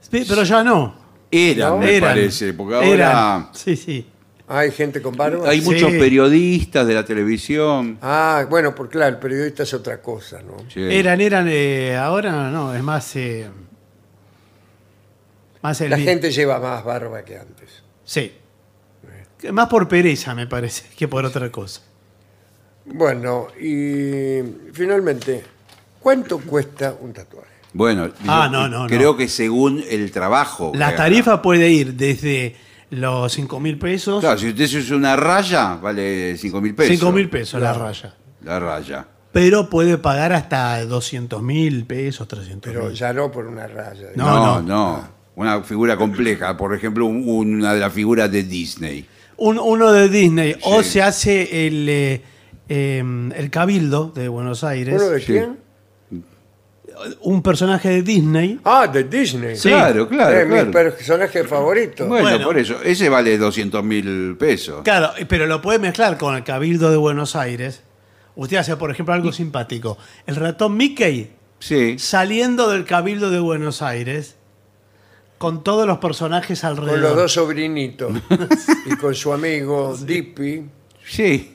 C: Sí, Pero ya no.
B: Eran, me
C: Eran.
B: parece, porque ahora
C: Eran. Sí, sí.
A: Hay gente con barba.
B: hay
C: Sí.
B: muchos periodistas de la televisión.
A: Ah, bueno, porque claro, el periodista es otra cosa, ¿no?
B: Sí.
C: Eran, eran, eh, ahora no, es más... eh, más el
A: La
C: vi-
A: gente lleva más barba que antes.
C: Sí. Que Más por pereza, me parece, que por otra cosa.
A: Bueno, y finalmente, ¿cuánto cuesta un tatuaje?
B: Bueno,
C: Ah, no,
B: yo
C: no,
B: creo
C: no.
B: que según el trabajo. que
C: La
B: haga.
C: tarifa puede ir desde los 5 mil pesos,
B: Claro, si usted se usa una raya, vale 5 mil pesos.
C: 5 mil pesos la raya.
B: La raya.
C: Pero puede pagar hasta 200 mil pesos, 300
A: Pero
C: mil.
A: ya no por una raya.
C: No,
B: No, no.
C: no.
B: Una figura compleja, por ejemplo, un- una de las figuras de Disney.
C: Un- uno de Disney. O
B: Sí.
C: se hace el, eh, em, el Cabildo de Buenos Aires.
A: ¿Uno de
B: Sí.
A: quién?
C: Un personaje de Disney.
A: Ah, de Disney.
C: Sí.
B: Claro, claro.
A: Eh,
B: claro.
A: Mi personaje favorito.
B: Bueno,
C: Bueno.
B: por eso. Ese vale 200 mil pesos.
C: Claro, pero lo puede mezclar con el Cabildo de Buenos Aires. Usted hace, por ejemplo, algo simpático. El ratón Mickey
B: Sí.
C: saliendo del Cabildo de Buenos Aires con todos los personajes alrededor.
A: Con los dos sobrinitos y con su amigo Dippy.
B: Sí.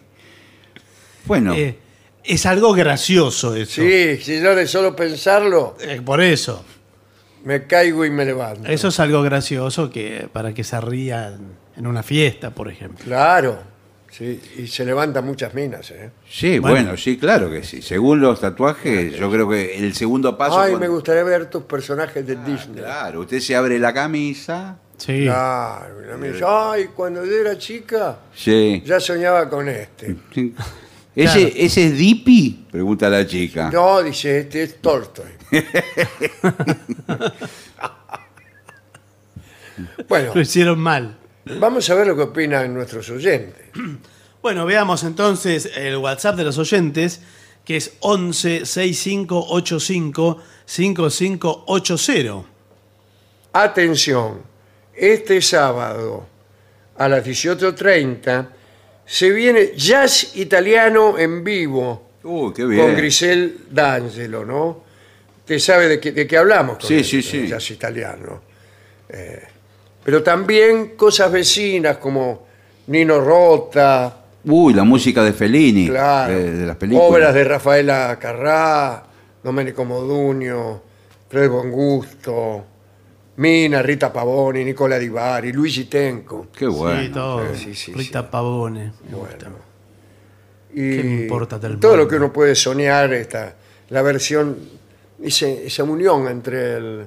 B: Bueno,
C: Eh, es algo gracioso eso.
A: Sí, si yo de solo pensarlo,
C: Eh, por eso.
A: me caigo y me levanto.
C: Eso es algo gracioso que para que se rían en una fiesta, por ejemplo.
A: Claro. Sí, y se levantan muchas minas, ¿eh?
B: sí, bueno.
C: bueno.
B: sí, claro que sí. Según los tatuajes, yo creo que el segundo paso.
A: Ay,
B: cuando- Ah,
A: me gustaría ver tus personajes de Disney.
B: Claro, usted se abre la camisa.
C: Sí.
A: Claro, y a mí me dice, ay, cuando yo era chica
B: Sí.
A: ya soñaba con este.
B: Sí.
C: Claro.
B: ¿Ese, ¿Ese es Dippy? Pregunta la chica.
A: No, dice, este es Tolstoy. bueno,
C: Lo hicieron mal.
A: vamos a ver lo que opinan nuestros oyentes.
C: Bueno, veamos entonces el WhatsApp de los oyentes, que es 11 6585 5580.
A: Atención, este sábado a las 18.30 se viene jazz italiano en vivo
B: Uh, qué bien.
A: con Grisel D'Angelo, ¿no? Te sabe de qué, de qué hablamos con
B: Sí,
A: el-
B: sí,
A: el
B: sí.
A: jazz italiano. Eh, pero también cosas vecinas como Nino Rota,
B: Uy, la música de Fellini.
A: claro,
B: De, de las películas.
A: obras de Rafaela Carrá, Domenico Modugno, Fred Bongusto, Mina, Rita Pavoni, Nicola Di Bari, Luigi Tenco.
B: Qué bueno.
C: sí, todo.
A: eh, sí, sí,
C: Rita Pavone. me gusta.
A: Bueno. Y
C: ¿Qué me importa del
A: todo lo
C: mundo?
A: que uno puede soñar, esta, la versión, ese- esa unión entre el,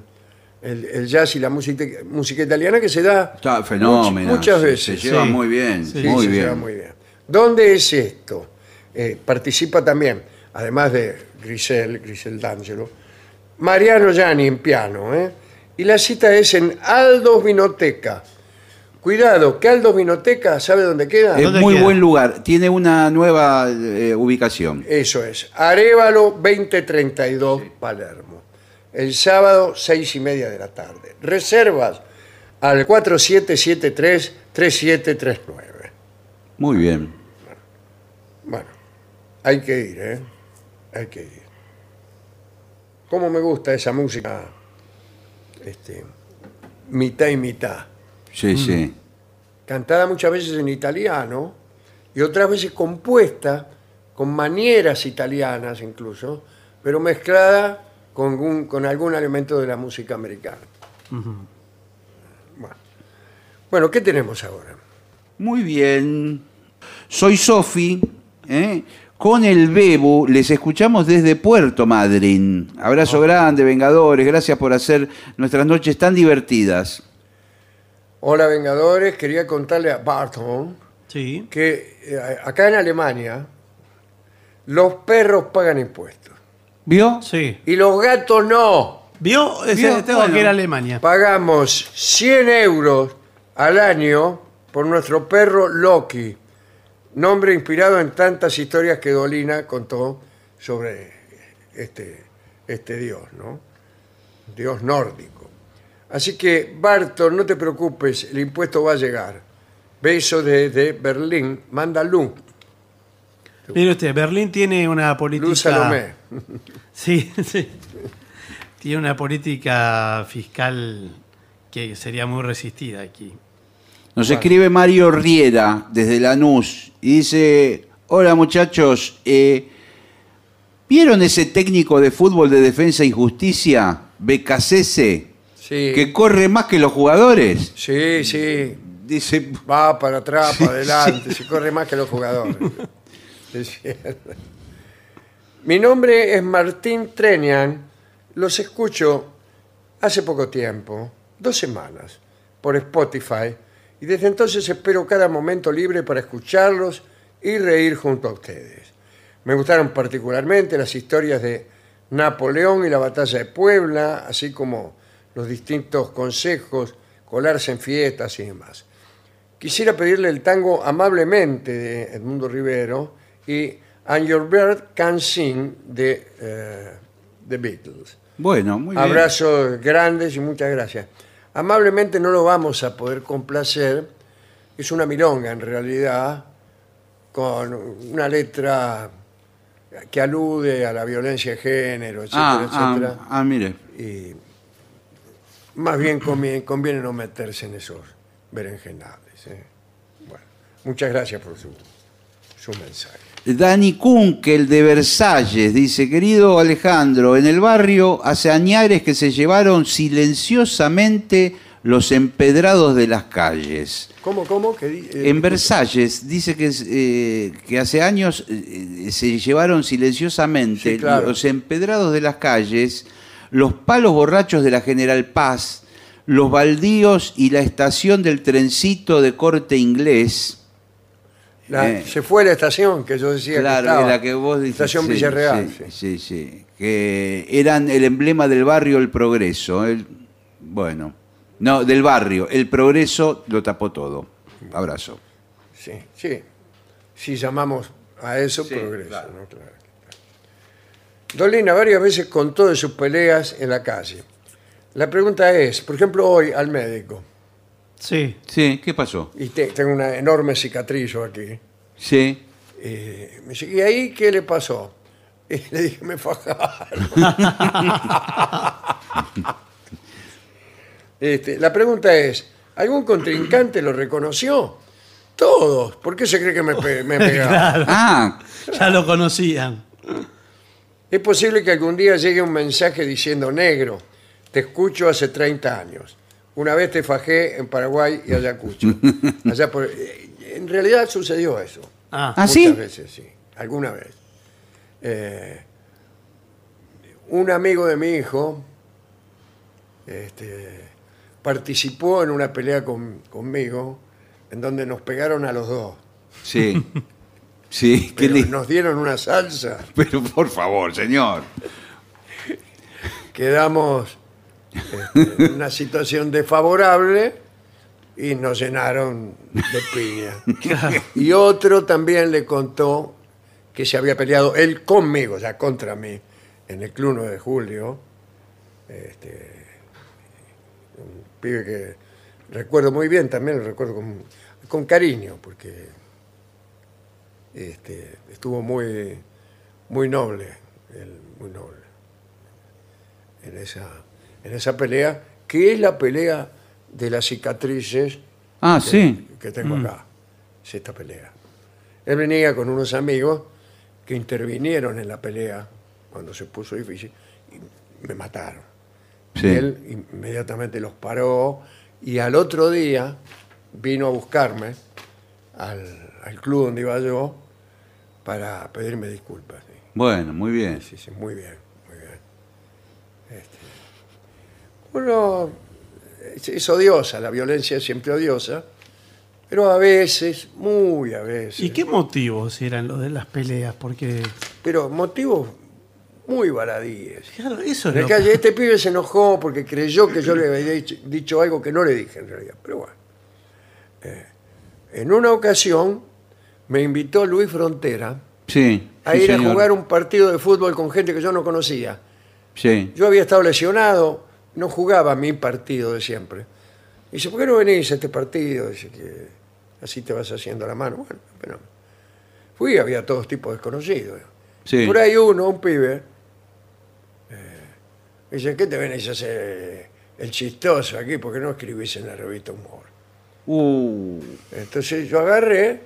A: el- el jazz y la música, música italiana que se da
B: Está fenómeno.
A: much- muchas
B: Se-
A: veces.
B: Se lleva
C: Sí.
B: muy bien.
C: Sí,
A: Sí,
B: muy,
A: se
B: bien.
A: lleva muy bien. ¿Dónde es esto? Eh, participa también, además de Grisel, Grisel D'Angelo, Mariano Gianni en piano. ¿eh? Y la cita es en Aldos Vinoteca. Cuidado, que Aldos Vinoteca, ¿sabe dónde queda?
B: Es
C: ¿Dónde
B: muy
C: queda?
B: buen lugar. Tiene una nueva eh, ubicación.
A: Eso es, Arevalo 2032, Palermo. El sábado, seis y media de la tarde. Reservas al 4773-3739.
B: Muy bien.
A: Bueno, hay que ir, ¿eh? Hay que ir. ¿Cómo me gusta esa música? Este, mitad y mitad.
C: Mm.
B: Sí, sí.
A: Cantada muchas veces en italiano y otras veces compuesta con manieras italianas incluso, pero mezclada con, un- con algún elemento de la música americana. Bueno. Bueno, ¿qué tenemos ahora?
B: Muy bien. Soy Sofi. ¿eh? Con el Bebu les escuchamos desde Puerto Madryn.
C: Oh.
B: Abrazo grande, Vengadores. Gracias por hacer nuestras noches tan divertidas.
A: Hola Vengadores, quería contarle a Barton
C: Sí.
A: que eh, acá en Alemania los perros pagan impuestos
B: ¿Vio?
C: Sí.
A: y los gatos no.
C: ¿Vio? Ese-
B: Vio,
C: tengo
B: bueno.
C: que ir a Alemania.
A: Pagamos 100 euros al año por nuestro perro Loki nombre inspirado en tantas historias que Dolina contó sobre este, este dios, ¿no? Dios nórdico. Así que, Barton, no te preocupes, el impuesto va a llegar. Beso desde Berlín, manda luz.
C: Mire usted, Berlín tiene una política.
A: Luz Salomé.
C: Sí, sí. Tiene una política fiscal que sería muy resistida aquí.
B: Nos escribe Mario Riera desde Lanús y dice, hola muchachos, eh, ¿vieron ese técnico de fútbol de defensa y justicia, Becasese,
A: Sí,
B: que corre más que los jugadores?
A: sí, sí.
B: Dice,
A: Va para atrás, para adelante, se corre más que los jugadores. Decía. Mi nombre es Martín Trenian, los escucho hace poco tiempo, dos semanas, por Spotify, y desde entonces espero cada momento libre para escucharlos y reír junto a ustedes. Me gustaron particularmente las historias de Napoleón y la batalla de Puebla, así como los distintos consejos, colarse en fiestas y demás. Quisiera pedirle el tango amablemente de Edmundo Rivero y And Your Bird Can Sing de eh, The Beatles.
B: bueno, muy bien.
A: Abrazos grandes y muchas gracias. Amablemente no lo vamos a poder complacer. Es una milonga en realidad, con una letra que alude a la violencia de género, etcétera,
B: Ah, ah,
A: etcétera
B: ah, mire.
A: y más bien conviene, conviene no meterse en esos berenjenales. ¿eh? Bueno, muchas gracias por su, su mensaje.
B: Dani Kunkel de Versalles dice, querido Alejandro, en el barrio hace añares que se llevaron silenciosamente los empedrados de las calles.
A: ¿Cómo, cómo? ¿Qué di- eh,
B: En Versalles dice que, es, eh, que hace años eh, se llevaron silenciosamente
A: Sí, claro.
B: los empedrados de las calles, los palos borrachos de la General Paz, los baldíos y la estación del trencito de corte inglés.
A: la-
B: eh.
A: Se fue la estación que yo decía que
B: Claro,
A: estaba,
B: de la que vos dijiste.
A: Estación
B: sí,
A: Villarreal.
B: Sí,
A: sí.
B: sí, sí. Que eran el emblema del barrio El Progreso. el- bueno, no, del barrio. El Progreso lo tapó todo. Abrazo.
A: Sí, sí. Si llamamos a eso
B: Sí,
A: progreso.
B: claro.
A: ¿no? Claro. Dolina varias veces contó de sus peleas en la calle. La pregunta es, por ejemplo, hoy al médico,
C: Sí.
B: Sí, ¿qué pasó?
A: y te- tengo una enorme cicatriz yo aquí,
B: Sí.
A: Eh, me dice, ¿y ahí qué le pasó? Y le dije, me fajaron. Este, la pregunta es, ¿algún contrincante lo reconoció? Todos. ¿Por qué se cree que me, pe- me pegaron?
C: Claro,
B: Ah,
C: ya lo conocían.
A: Es posible que algún día llegue un mensaje diciendo, negro, te escucho hace 30 años. Una vez te fajé en Paraguay y Ayacucho. Allá por- eh, En realidad sucedió eso.
C: Ah,
B: Ah,
A: Muchas
B: sí.
A: veces, sí. Alguna vez. Eh, un amigo de mi hijo este, participó en una pelea con- conmigo en donde nos pegaron a los dos.
B: sí. Sí, qué
A: Pero
B: li-
A: nos dieron una salsa.
B: Pero por favor, señor.
A: Quedamos este, en una situación desfavorable y nos llenaron de piña. Y otro también le contó que se había peleado él conmigo, ya contra mí, en el club 9 de julio. Este, un pibe que recuerdo muy bien, también lo recuerdo con, con cariño, porque este, estuvo muy, muy noble, él, muy noble, en esa, en esa pelea, que es la pelea de las cicatrices
B: Ah,
A: que-
B: sí. Mm.
A: que tengo acá, es esta pelea. Él venía con unos amigos que intervinieron en la pelea cuando se puso difícil y me mataron.
B: Sí.
A: Y él inmediatamente los paró y al otro día vino a buscarme al, al club donde iba yo para pedirme disculpas. ¿sí?
B: Bueno, muy bien.
A: Sí, sí, muy bien, muy bien. Este, uno es, es odiosa, la violencia es siempre odiosa, pero a veces, muy a veces,
C: ¿Y qué motivos eran los de las peleas? Porque.
A: pero motivos muy baladíes.
C: Claro, eso es
A: En la
C: lo-
A: calle, este pibe se enojó porque creyó que yo le había dicho, dicho algo que no le dije en realidad, pero bueno. Eh, en una ocasión me invitó Luis Frontera
B: Sí.
A: a
B: sí,
A: ir a
B: señor.
A: jugar un partido de fútbol con gente que yo no conocía.
B: Sí.
A: Yo había estado lesionado, no jugaba mi partido de siempre. Y dice, ¿por qué no venís a este partido? Dice que así te vas haciendo la mano. Bueno, pero fui, había todos tipos desconocidos.
B: Sí.
A: Por ahí uno, un pibe, eh, dice, ¿qué te venís a hacer eh, el chistoso aquí? Porque no escribís en la revista Humor.
B: Uh,
A: Entonces yo agarré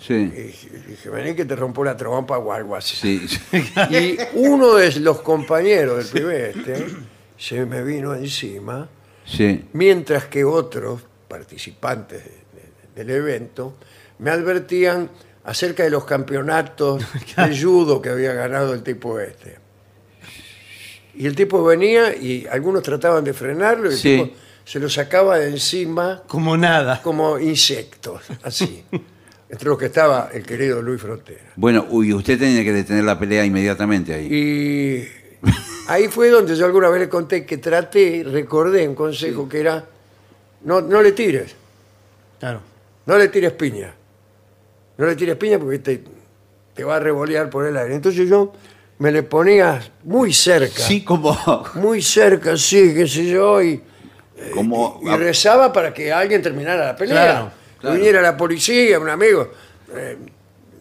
B: sí.
A: y dije, dije, vení que te rompo la trompa o algo así.
B: Sí.
A: Y uno de los compañeros del pibe este se me vino encima,
B: Sí.
A: mientras que otros participantes de- de- del evento me advertían acerca de los campeonatos de judo que había ganado el tipo este. Y el tipo venía y algunos trataban de frenarlo y el
B: Sí.
A: tipo se lo sacaba de encima
C: Como nada.
A: como insectos, así. Entre los que estaba el querido Luis Frontera.
B: Bueno, uy, usted tiene que detener la pelea inmediatamente ahí.
A: Y ahí fue donde yo alguna vez le conté que traté, recordé un consejo que era, no, no le tires,
C: Claro.
A: no le tires piña. No le tires piña porque te, te va a revolear por el aire. Entonces yo me le ponía muy cerca,
B: Sí, como.
A: muy cerca, sí, qué sé yo, y,
B: como ah,
A: y rezaba para que alguien terminara la pelea.
C: Claro,
B: claro.
A: Viniera la policía, un amigo. Eh,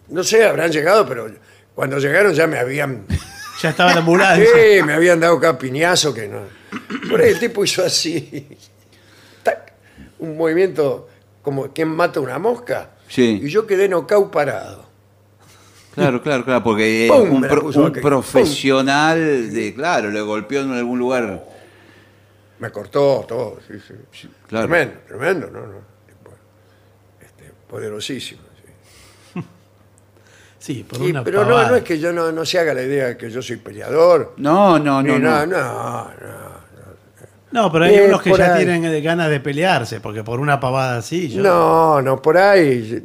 A: no sé, habrán llegado, pero cuando llegaron ya me habían
C: Ya estaba la ambulancia.
A: Sí, me habían dado cada piñazo que no. Por ahí el tipo hizo así. Tac. un movimiento como quien mata una mosca.
B: Sí.
A: Y yo quedé nocau parado.
B: Claro, claro, claro, porque eh,
A: ¡Pum!
B: un,
A: Me la
B: pro-
A: puso
B: un
A: aquí. ¡Pum!
B: profesional de, claro, le golpeó en algún lugar.
A: Me cortó todo. sí, sí.
B: claro.
A: Tremendo, tremendo, ¿no? no. Tipo, este, poderosísimo. sí.
C: Sí, por
A: Y-
C: una
A: pero no,
C: pavada.
A: no es que yo no, no se haga la idea de que yo soy peleador.
B: No, no,
A: ni
B: no,
A: nada,
B: no.
A: no, no.
C: No, pero hay
A: Eh,
C: unos que
A: por
C: ya
A: ahí.
C: tienen eh, ganas de pelearse, porque por una pavada así. Yo...
A: No, no, por ahí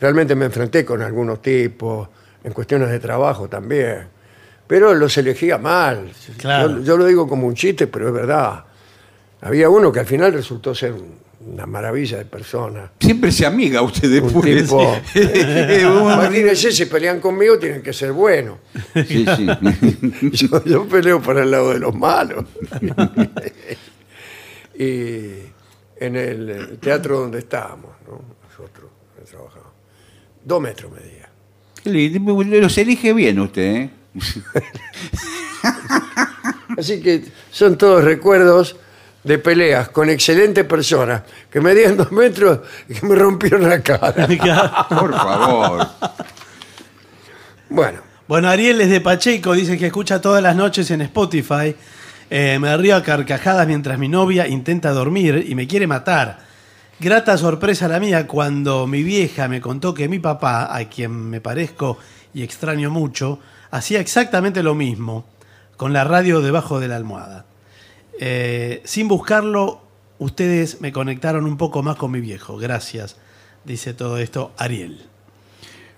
A: realmente me enfrenté con algunos tipos, en cuestiones de trabajo también. Pero los elegía mal.
C: Claro.
A: Yo, yo lo digo como un chiste, pero es verdad. Había uno que al final resultó ser un- una maravilla de persona.
B: Siempre se amiga usted después.
A: tipo.
B: Un-
A: Imagínense, si pelean conmigo tienen que ser buenos.
B: sí, sí.
A: Yo, yo peleo para el lado de los malos. y en el teatro donde estábamos, ¿no? nosotros, donde trabajábamos, dos metros medía.
B: Qué lindo, Los elige bien usted, ¿eh?
A: Así que son todos recuerdos de peleas con excelentes personas que medían dos metros y que me rompieron la cara.
B: Por favor.
A: Bueno,
C: Bueno, Ariel es de Pacheco, dice que escucha todas las noches en Spotify. Eh, me río a carcajadas mientras mi novia intenta dormir y me quiere matar. Grata sorpresa la mía cuando mi vieja me contó que mi papá, a quien me parezco y extraño mucho, hacía exactamente lo mismo, con la radio debajo de la almohada. Eh, sin buscarlo, ustedes me conectaron un poco más con mi viejo. Gracias, dice todo esto Ariel.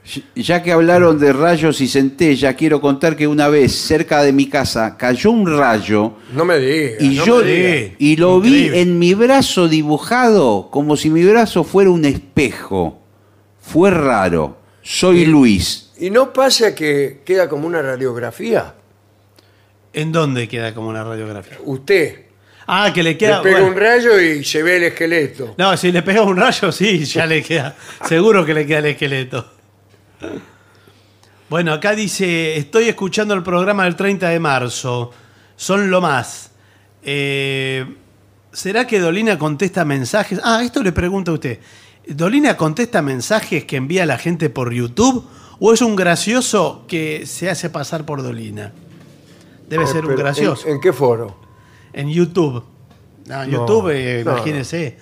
B: Ya que hablaron de rayos y centella, quiero contar que una vez cerca de mi casa cayó un rayo
A: no me digas.
B: y
A: no
B: yo
A: me digas.
C: diga.
B: y lo
C: Increíble.
B: vi en mi brazo dibujado como si mi brazo fuera un espejo. Fue raro. Soy Luis.
A: ¿Y no pasa que queda como una radiografía?
C: ¿En dónde queda como una radiografía?
A: Usted
C: Ah, que le
A: le
C: queda.
A: pega
C: bueno.
A: un rayo y se ve el esqueleto.
C: No, si le pega un rayo, sí, ya le queda. Seguro que le queda el esqueleto. Bueno, acá dice: Estoy escuchando el programa del 30 de marzo. Son lo más. Eh, ¿Será que Dolina contesta mensajes? Ah, esto le pregunto a usted. ¿Dolina contesta mensajes que envía la gente por YouTube? ¿O es un gracioso que se hace pasar por Dolina? Debe ser un
A: Eh, Pero,
C: gracioso.
A: ¿En, en qué foro?
C: En YouTube. No, en
A: No,
C: YouTube, eh,
A: no.
C: imagínese.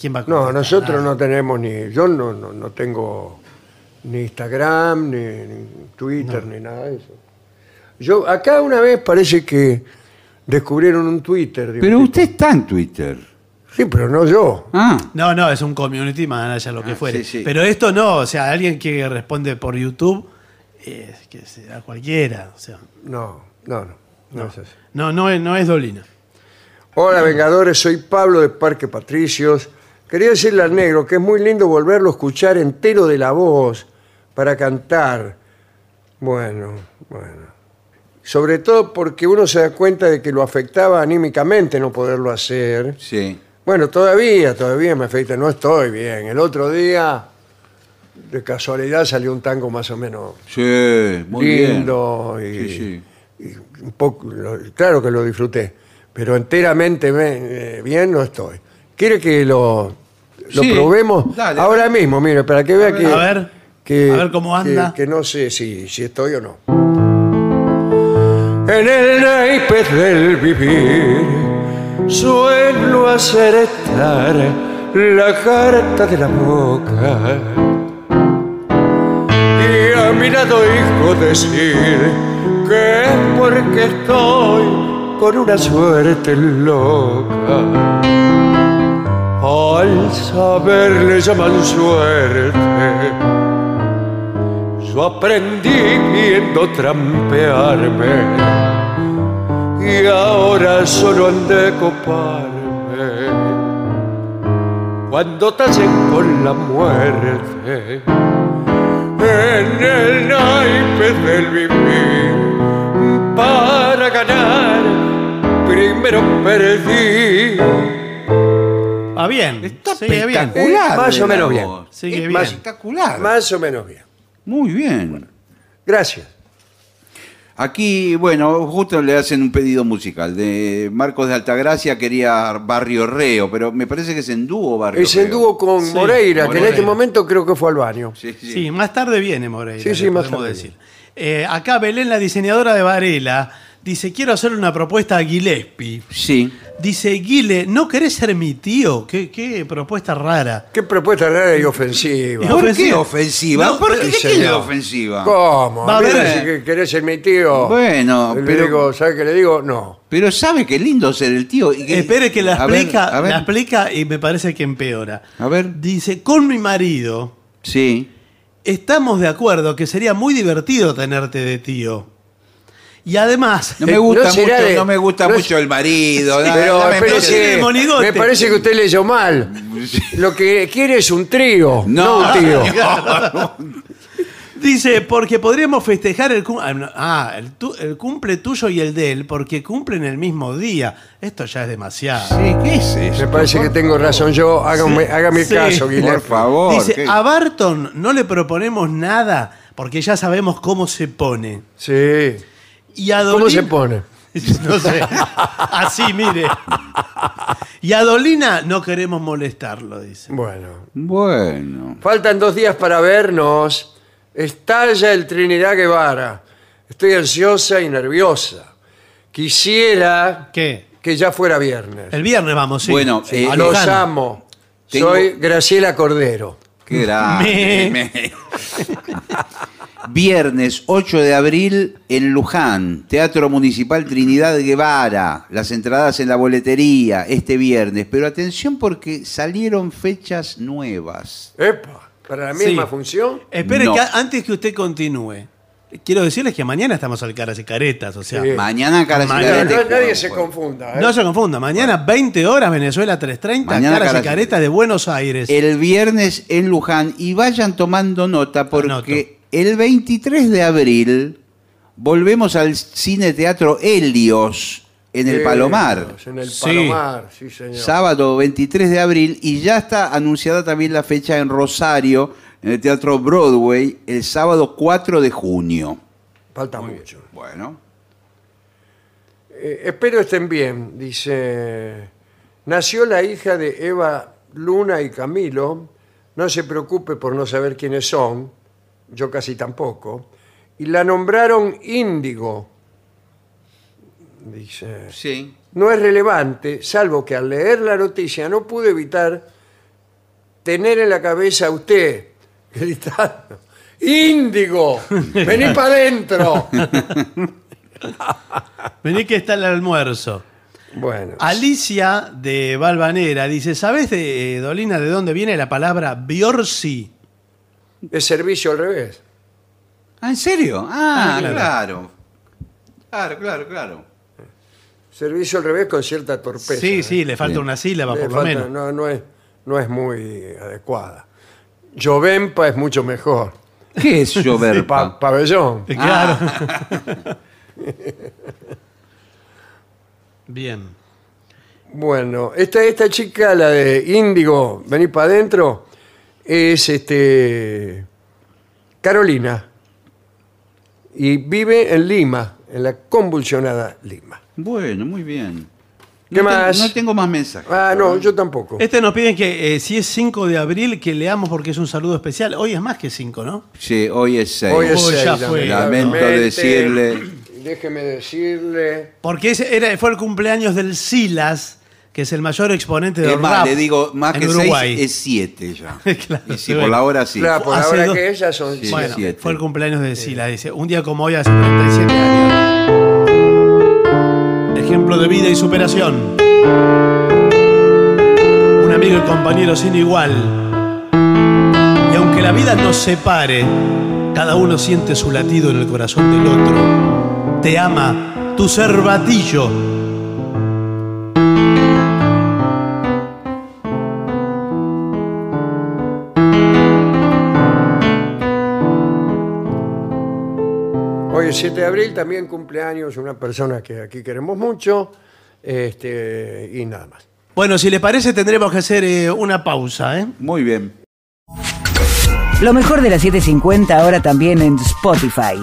C: ¿Quién va a
A: No,
C: contestar?
A: nosotros
C: Nada.
A: no tenemos ni. Yo no, no, no tengo ni Instagram, ni, ni Twitter, ni nada de eso. Yo, acá una vez parece que descubrieron un Twitter. de un
B: Pero
A: tipo.
B: usted está en Twitter.
A: Sí, pero no yo.
B: Ah,
C: No, no, es un community manager, lo que
B: Ah,
C: fuere.
B: sí, sí.
C: Pero esto no, o sea, alguien que responde por YouTube, eh, que será cualquiera. O sea,
A: No, no, no. No, es así.
C: no, no, es- no es Dolina.
A: Hola, Vengadores, soy Pablo de Parque Patricios. Quería decirle al negro que es muy lindo volverlo a escuchar entero de la voz para cantar. Bueno, bueno. Sobre todo porque uno se da cuenta de que lo afectaba anímicamente no poderlo hacer.
B: Sí.
A: Bueno, todavía, todavía me afecta, no estoy bien. El otro día, de casualidad, salió un tango más o menos
B: Sí, muy
A: lindo
B: bien.
A: y,
B: Sí, sí.
A: y un poco, lo- claro que lo disfruté, pero enteramente be- eh, bien no estoy. ¿Quiere que lo, lo
B: Sí,
A: probemos?
B: dale.
A: Ahora mismo, mire, para que vea que,
C: A ver,
A: que-
C: a ver cómo anda.
A: Que, que no sé si, si estoy o no. En el naipe del vivir suelo hacer estar la carta de la boca y a mi lado hijo decir que es porque estoy con una suerte loca. Al saber le llaman suerte, yo aprendí viendo trampearme y ahora solo han de coparme. Cuando tachen con la muerte, en el naipe del vivir para ganar primero perdí
C: Va bien.
B: Está
C: sigue bien.
B: espectacular.
A: Eh, más
B: de
A: o
B: la
A: menos bien.
B: voz.
C: Sigue bien.
B: más espectacular.
A: más o menos bien
B: Muy bien.
A: gracias
B: Aquí, bueno, justo le hacen un pedido musical. De Marcos de Altagracia quería Barrio Reo, pero me parece que es en dúo Barrio
A: es
B: Reo.
A: en dúo con
C: Sí,
A: Moreira que en
C: Moreira.
A: este momento creo que fue al baño
B: Sí, sí.
C: Sí, más tarde viene Moreira.
A: Sí, sí,
C: le
A: más
C: podemos
A: tarde
C: decir. Eh, acá Belén, la diseñadora de Varela, dice: Quiero hacerle una propuesta a Gillespie.
B: Sí.
C: Dice: Guile, ¿no querés ser mi tío? Qué, qué propuesta rara.
A: qué propuesta rara y ofensiva
C: No,
B: ¿Por qué
C: Ofensiva.
B: ofensiva?
C: No,
B: ¿Por qué
A: sí,
B: qué es
A: señor.
B: ofensiva?
A: ¿Cómo?
C: Va a
A: A ver,
C: haber-
A: si que querés ser mi tío.
B: Bueno,
A: le
B: pero-
A: digo, ¿sabe qué le digo? No.
B: Pero sabe qué lindo ser el tío. y
C: Espere que la
B: A ver,
C: explica,
B: a ver,
C: la explica y me parece que empeora.
B: A ver.
C: Dice: Con mi marido
B: Sí.
C: estamos de acuerdo que sería muy divertido tenerte de tío. Y además.
B: No me
A: Eh,
B: gusta
A: no será
B: mucho,
A: de-
B: no me gusta
A: no es-
B: mucho el marido. da-
A: Pero
B: dame
A: espere
B: menos-
C: tiene
A: que- me
C: monigote.
A: parece que usted leyó mal. Lo que quiere es un trío, no, un tío.
C: Dice, porque podríamos festejar el, cum- ah, no, ah, el, tu- el cumple tuyo y el de él, porque cumplen el mismo día. Esto ya es demasiado.
B: Sí, ¿qué es
A: Me
B: eso?
A: parece que tengo razón yo. Hágame, hágame
C: Sí.
A: caso, Guillermo.
B: Por favor. ah,
C: Dice,
B: ¿qué?
C: a Barton no le proponemos nada, porque ya sabemos cómo se pone.
A: Sí.
C: Y a
A: ¿Cómo se
C: Dolina-
A: pone?
C: No sé. Así, mire. Y a Dolina no queremos molestarlo, dice.
A: Bueno.
B: Bueno.
A: Faltan dos días para vernos. Estalla el Trinidad Guevara. Estoy ansiosa y nerviosa. Quisiera
C: ¿Qué?
A: que ya fuera viernes.
C: El viernes vamos, sí.
B: Bueno,
C: Sí,
B: eh,
C: a
A: Los
C: Luján.
A: amo.
B: Tengo-
A: Soy Graciela Cordero.
B: Qué grande. Viernes 8 de abril en Luján, Teatro Municipal Trinidad Guevara. Las entradas en la boletería este viernes. Pero atención porque salieron fechas nuevas.
A: Epa, para la misma
C: Sí.
A: función.
C: Espere,
B: No.
C: que a- antes que usted continúe, quiero decirles que mañana estamos al Caras y Caretas, o sea,
A: Sí.
B: Mañana, caras y
A: No,
C: Mañana-
B: caretas,
A: no, nadie
B: jugamos,
A: se
B: bueno.
A: confunda. ¿eh?
C: no se confunda, mañana 20 horas Venezuela 3.30,
B: Mañana
C: Caras
B: Caras
C: y
B: y Eh,
C: Caretas de Buenos Aires.
B: El viernes en Luján y vayan tomando nota porque el 23 de abril volvemos al Cine Teatro Helios en el
A: Sí,
B: Palomar.
A: Eh, En el
C: Sí.
A: Palomar, sí, señor.
B: Sábado 23 de abril y ya está anunciada también la fecha en Rosario, en el Teatro Broadway, el sábado 4 de junio.
A: Falta mucho.
B: Bueno.
A: Eh, espero estén bien, dice. Nació la hija de Eva Luna y Camilo. No se preocupe por no saber quiénes son. Yo casi tampoco. Y la nombraron Índigo. Dice.
B: Sí.
A: no es relevante, salvo que al leer la noticia no pude evitar tener en la cabeza a usted gritando, ¡Índigo! ¡Vení para adentro!
C: Vení que está el almuerzo.
A: Bueno,
C: Alicia de Valvanera dice, ¿sabés de eh, Dolina de dónde viene la palabra Biorsi?
A: es servicio al revés.
B: Ah, ¿en serio?
C: Ah,
B: Ah, claro. Claro, claro, claro.
A: Servicio al revés con cierta torpeza.
C: Sí,
A: ¿eh?
C: sí, le falta
B: Bien.
C: una sílaba
A: Le
C: por lo
A: falta-
C: menos.
A: No, no es, no es muy adecuada. Jovempa es mucho mejor.
B: ¿Qué es llover?
A: Pa- pabellón.
C: Eh, Claro. Bien.
A: Bueno, esta, esta chica, la de Índigo, vení para adentro, es este Carolina. Y vive en Lima, en la convulsionada Lima.
B: Bueno, muy bien.
A: ¿Qué
B: No ten-
A: más?
B: no tengo más mensajes.
A: Ah, no, yo tampoco.
C: Este nos piden que eh, si es 5 de abril, que leamos porque es un saludo especial. Hoy es más que 5, ¿no?
B: Sí, hoy es 6.
A: Hoy es
C: Oh, ya
A: seis,
C: fue.
B: Lamento decirle.
A: Déjeme decirle.
C: Porque ese era, fue el cumpleaños del Silas, que es el mayor exponente del
B: Es más,
C: rap
B: le digo, más
C: en
B: que 6
C: Uruguay.
B: es 7 ya.
C: Claro,
B: y
C: se
B: si
C: ve.
B: por la hora sí.
A: Claro, por
C: Hace
A: ahora
C: dos-
A: que ellas son
B: Sí,
C: bueno,
B: siete.
C: fue el cumpleaños de Silas, dice. Un día como hoy hace 37 años. Ejemplo de vida y superación. Un amigo y compañero sin igual. Y aunque la vida nos separe, cada uno siente su latido en el corazón del otro. Te ama tu cervatillo.
A: Hoy es 7 de abril, también cumpleaños una persona que aquí queremos mucho. Este, y nada más.
C: Bueno, si le parece, tendremos que hacer eh, una pausa, ¿eh?
B: Muy bien.
D: Lo mejor de la 750 ahora también en Spotify.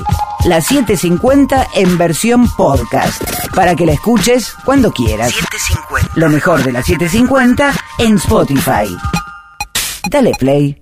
D: La 750 en versión podcast. Para que la escuches cuando quieras. Lo mejor de la 750 en Spotify. Dale play.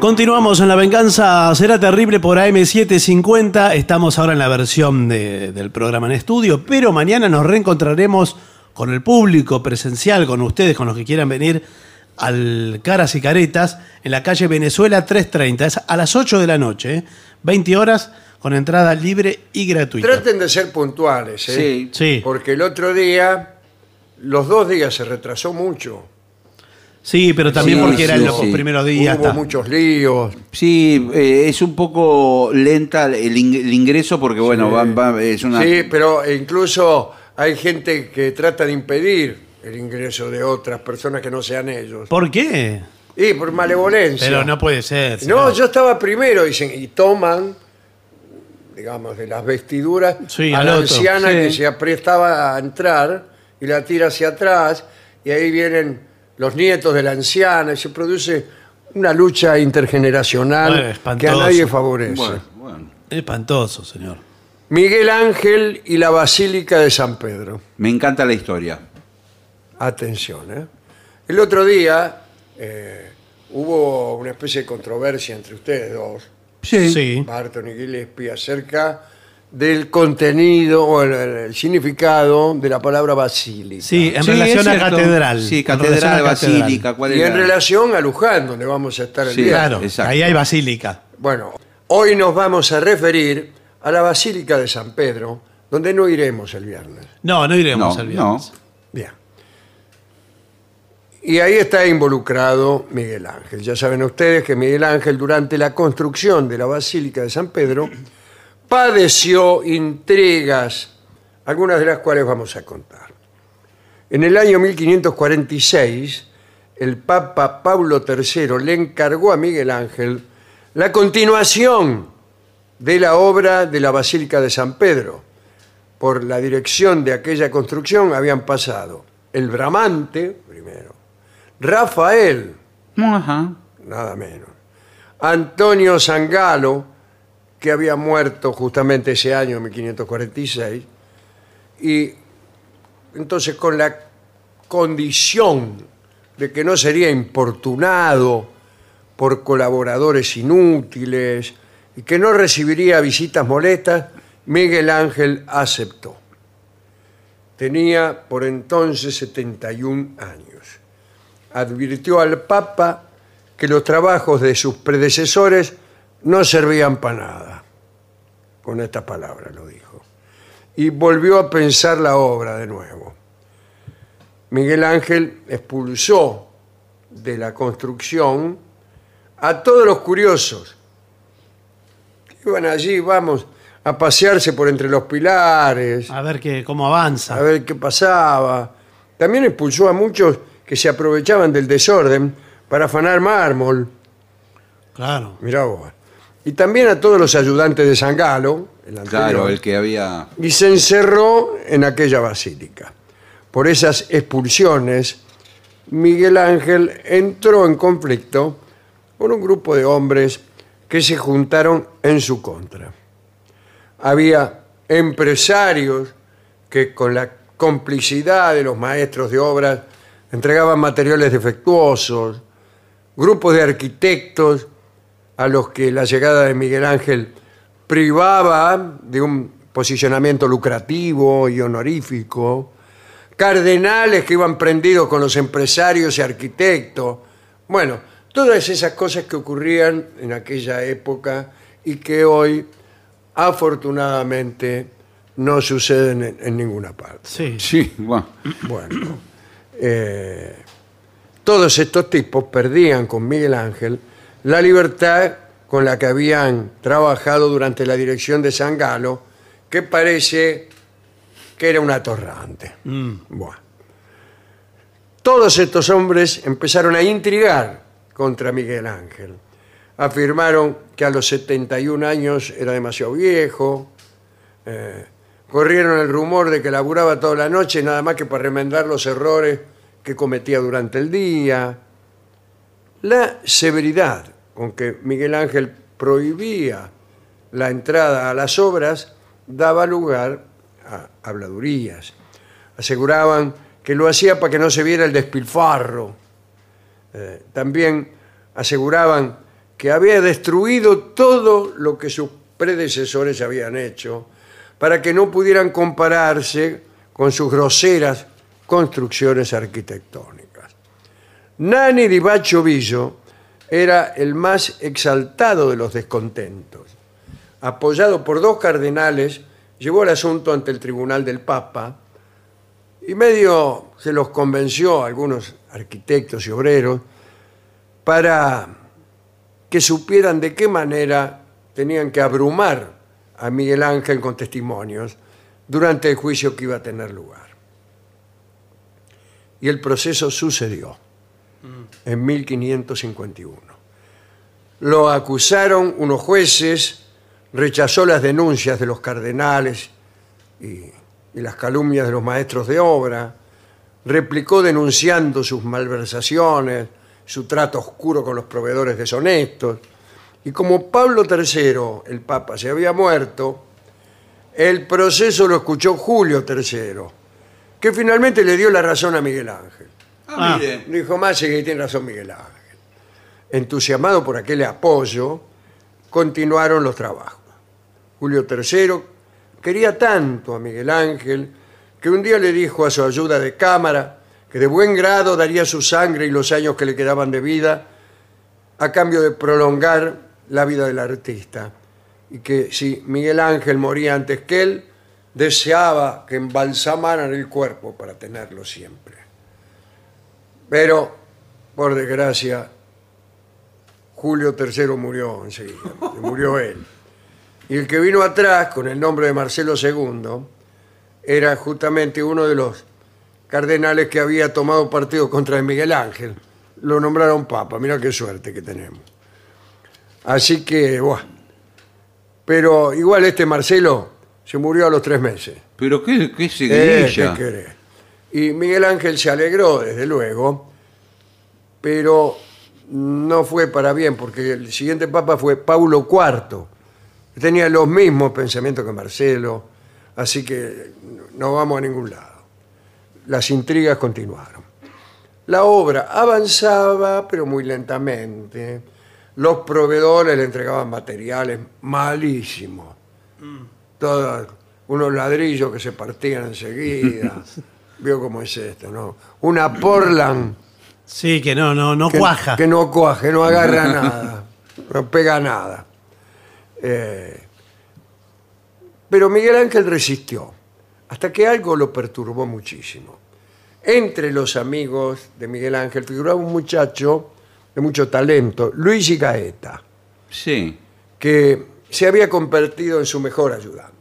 C: Continuamos en La Venganza Será Terrible por AM750. Estamos ahora en la versión de- del programa en estudio, pero mañana nos reencontraremos con el público presencial, con ustedes, con los que quieran venir al Caras y Caretas en la calle Venezuela 330. Es a las 8 de la noche, ¿eh? 20 horas, con entrada libre y gratuita.
A: Traten de ser puntuales, ¿eh?
B: Sí.
C: Sí,
A: Porque el otro día, los dos días se retrasó mucho.
C: sí, pero también
B: Sí,
C: porque eran
B: sí,
C: los
B: sí.
C: primeros días.
A: Hubo
C: está.
A: muchos líos.
B: Sí, eh, es un poco lenta el, ing- el ingreso porque, bueno, va- va- es una...
A: Sí, pero incluso hay gente que trata de impedir el ingreso de otras personas que no sean ellos.
C: ¿Por qué?
A: Y por malevolencia.
C: Pero no puede ser.
A: No,
C: señor.
A: yo estaba primero, dicen, y toman, digamos, de las vestiduras
C: Sí,
A: a
C: al
A: la
C: otro,
A: anciana
C: sí.
A: que se aprestaba a entrar y la tira hacia atrás, y ahí vienen los nietos de la anciana, y se produce una lucha
C: Bueno,
A: intergeneracional que a
C: espantoso.
A: nadie favorece.
B: Bueno,
C: pues.
B: bueno.
C: Espantoso, señor.
A: Miguel Ángel y la Basílica de San Pedro.
B: Me encanta la historia.
A: Atención, ¿eh? El otro día eh, hubo una especie de controversia entre ustedes dos.
C: sí.
A: Barton y Gillespie acerca del contenido o el, el significado de la palabra basílica.
C: Sí, en
B: Sí, es
C: relación a
B: cierto.
C: catedral.
B: Sí,
C: En relación
B: catedral,
C: a catedral.
B: basílica, ¿cuál
A: y en
B: era?
A: relación a Luján, donde vamos a estar el
B: Sí,
A: día.
C: Claro,
B: Exacto.
C: ahí hay basílica.
A: Bueno, hoy nos vamos a referir a la Basílica de San Pedro, donde no iremos el viernes.
C: No, no iremos
B: No,
C: al viernes.
A: Bien. Y ahí está involucrado Miguel Ángel. Ya saben ustedes que Miguel Ángel durante la construcción de la Basílica de San Pedro padeció intrigas, algunas de las cuales vamos a contar. En el año 1546, el Papa Pablo III le encargó a Miguel Ángel la continuación de la obra de la Basílica de San Pedro por la dirección de aquella construcción habían pasado el Bramante, primero, Rafael,
B: Ajá.
A: nada menos, Antonio Zangalo, que había muerto justamente ese año, 1546, y entonces con la condición de que no sería importunado por colaboradores inútiles y que no recibiría visitas molestas, Miguel Ángel aceptó. tenía por entonces 71 años. Advirtió al Papa que los trabajos de sus predecesores no servían para nada. Con esta palabra lo dijo. Y volvió a pensar la obra de nuevo. Miguel Ángel expulsó de la construcción a todos los curiosos. Iban allí, vamos, a pasearse por entre los pilares,
C: A ver que, cómo avanza.
A: a ver qué pasaba. También expulsó a muchos que se aprovechaban del desorden para afanar mármol.
C: Claro.
A: Mirá vos. Y también a todos los ayudantes de San Galo, el anterior,
B: Claro, el que había.
A: y se encerró en aquella basílica. Por esas expulsiones, Miguel Ángel entró en conflicto con un grupo de hombres que se juntaron en su contra. Había empresarios que con la complicidad de los maestros de obras entregaban materiales defectuosos, grupos de arquitectos a los que la llegada de Miguel Ángel privaba de un posicionamiento lucrativo y honorífico, cardenales que iban prendidos con los empresarios y arquitectos, bueno, todas esas cosas que ocurrían en aquella época y que hoy afortunadamente no suceden en- en ninguna parte.
C: Sí.
B: Sí, bueno.
A: Bueno, eh, todos estos tipos perdían con Miguel Ángel la libertad con la que habían trabajado durante la dirección de San Galo, que parece que era un atorrante. Bueno. Todos estos hombres empezaron a intrigar contra Miguel Ángel. Afirmaron que a los 71 años era demasiado viejo, Corrieron el rumor de que laburaba toda la noche nada más que para remendar los errores que cometía durante el día. La severidad con que Miguel Ángel prohibía la entrada a las obras daba lugar a habladurías. Aseguraban que lo hacía para que no se viera el despilfarro. Eh, también aseguraban que había destruido todo lo que sus predecesores habían hecho para que no pudieran compararse con sus groseras construcciones arquitectónicas. Nani Di Villo era el más exaltado de los descontentos. Apoyado por dos cardenales, llevó el asunto ante el tribunal del Papa y medio se los convenció a algunos arquitectos y obreros para que supieran de qué manera tenían que abrumar a Miguel Ángel con testimonios durante el juicio que iba a tener lugar. Y el proceso sucedió en 1551. Lo acusaron unos jueces, rechazó las denuncias de los cardenales y, y las calumnias de los maestros de obra, replicó denunciando sus malversaciones, su trato oscuro con los proveedores deshonestos, y como Pablo III, el Papa, se había muerto, el proceso lo escuchó Julio III, que finalmente le dio la razón a Miguel Ángel.
C: Ah,
B: mire.
A: Dijo más que tiene razón Miguel Ángel. Entusiasmado por aquel apoyo, continuaron los trabajos. Julio III quería tanto a Miguel Ángel que un día le dijo a su ayuda de cámara que de buen grado daría su sangre y los años que le quedaban de vida a cambio de prolongar la vida del artista. Y que si Miguel Ángel moría antes que él, deseaba que embalsamaran el cuerpo para tenerlo siempre. Pero, por desgracia, Julio III murió enseguida, murió él. Y el que vino atrás, con el nombre de Marcelo II, era justamente uno de los cardenales que había tomado partido contra Miguel Ángel. Lo nombraron papa, mira qué suerte que tenemos. Así que, buah. Pero igual este Marcelo se murió a los tres meses.
B: Pero qué, qué
A: Eh,
B: seguidilla.
A: ¿qué querés? Y Miguel Ángel se alegró, desde luego, pero no fue para bien, porque el siguiente papa fue Paulo IV. que Tenía los mismos pensamientos que Marcelo, así que no vamos a ningún lado. Las intrigas continuaron. La obra avanzaba, pero muy lentamente. Los proveedores le entregaban materiales malísimos. Todas unos ladrillos que se partían enseguida. Vio cómo es esto, ¿no? Una Portland
C: Sí, que no, no, no
A: que,
C: cuaja.
A: que no cuaje, no agarra nada, no pega nada. Eh, pero Miguel Ángel resistió, hasta que algo lo perturbó muchísimo. Entre los amigos de Miguel Ángel figuraba un muchacho de mucho talento, Luigi Gaeta,
B: Sí.
A: que se había convertido en su mejor ayudante.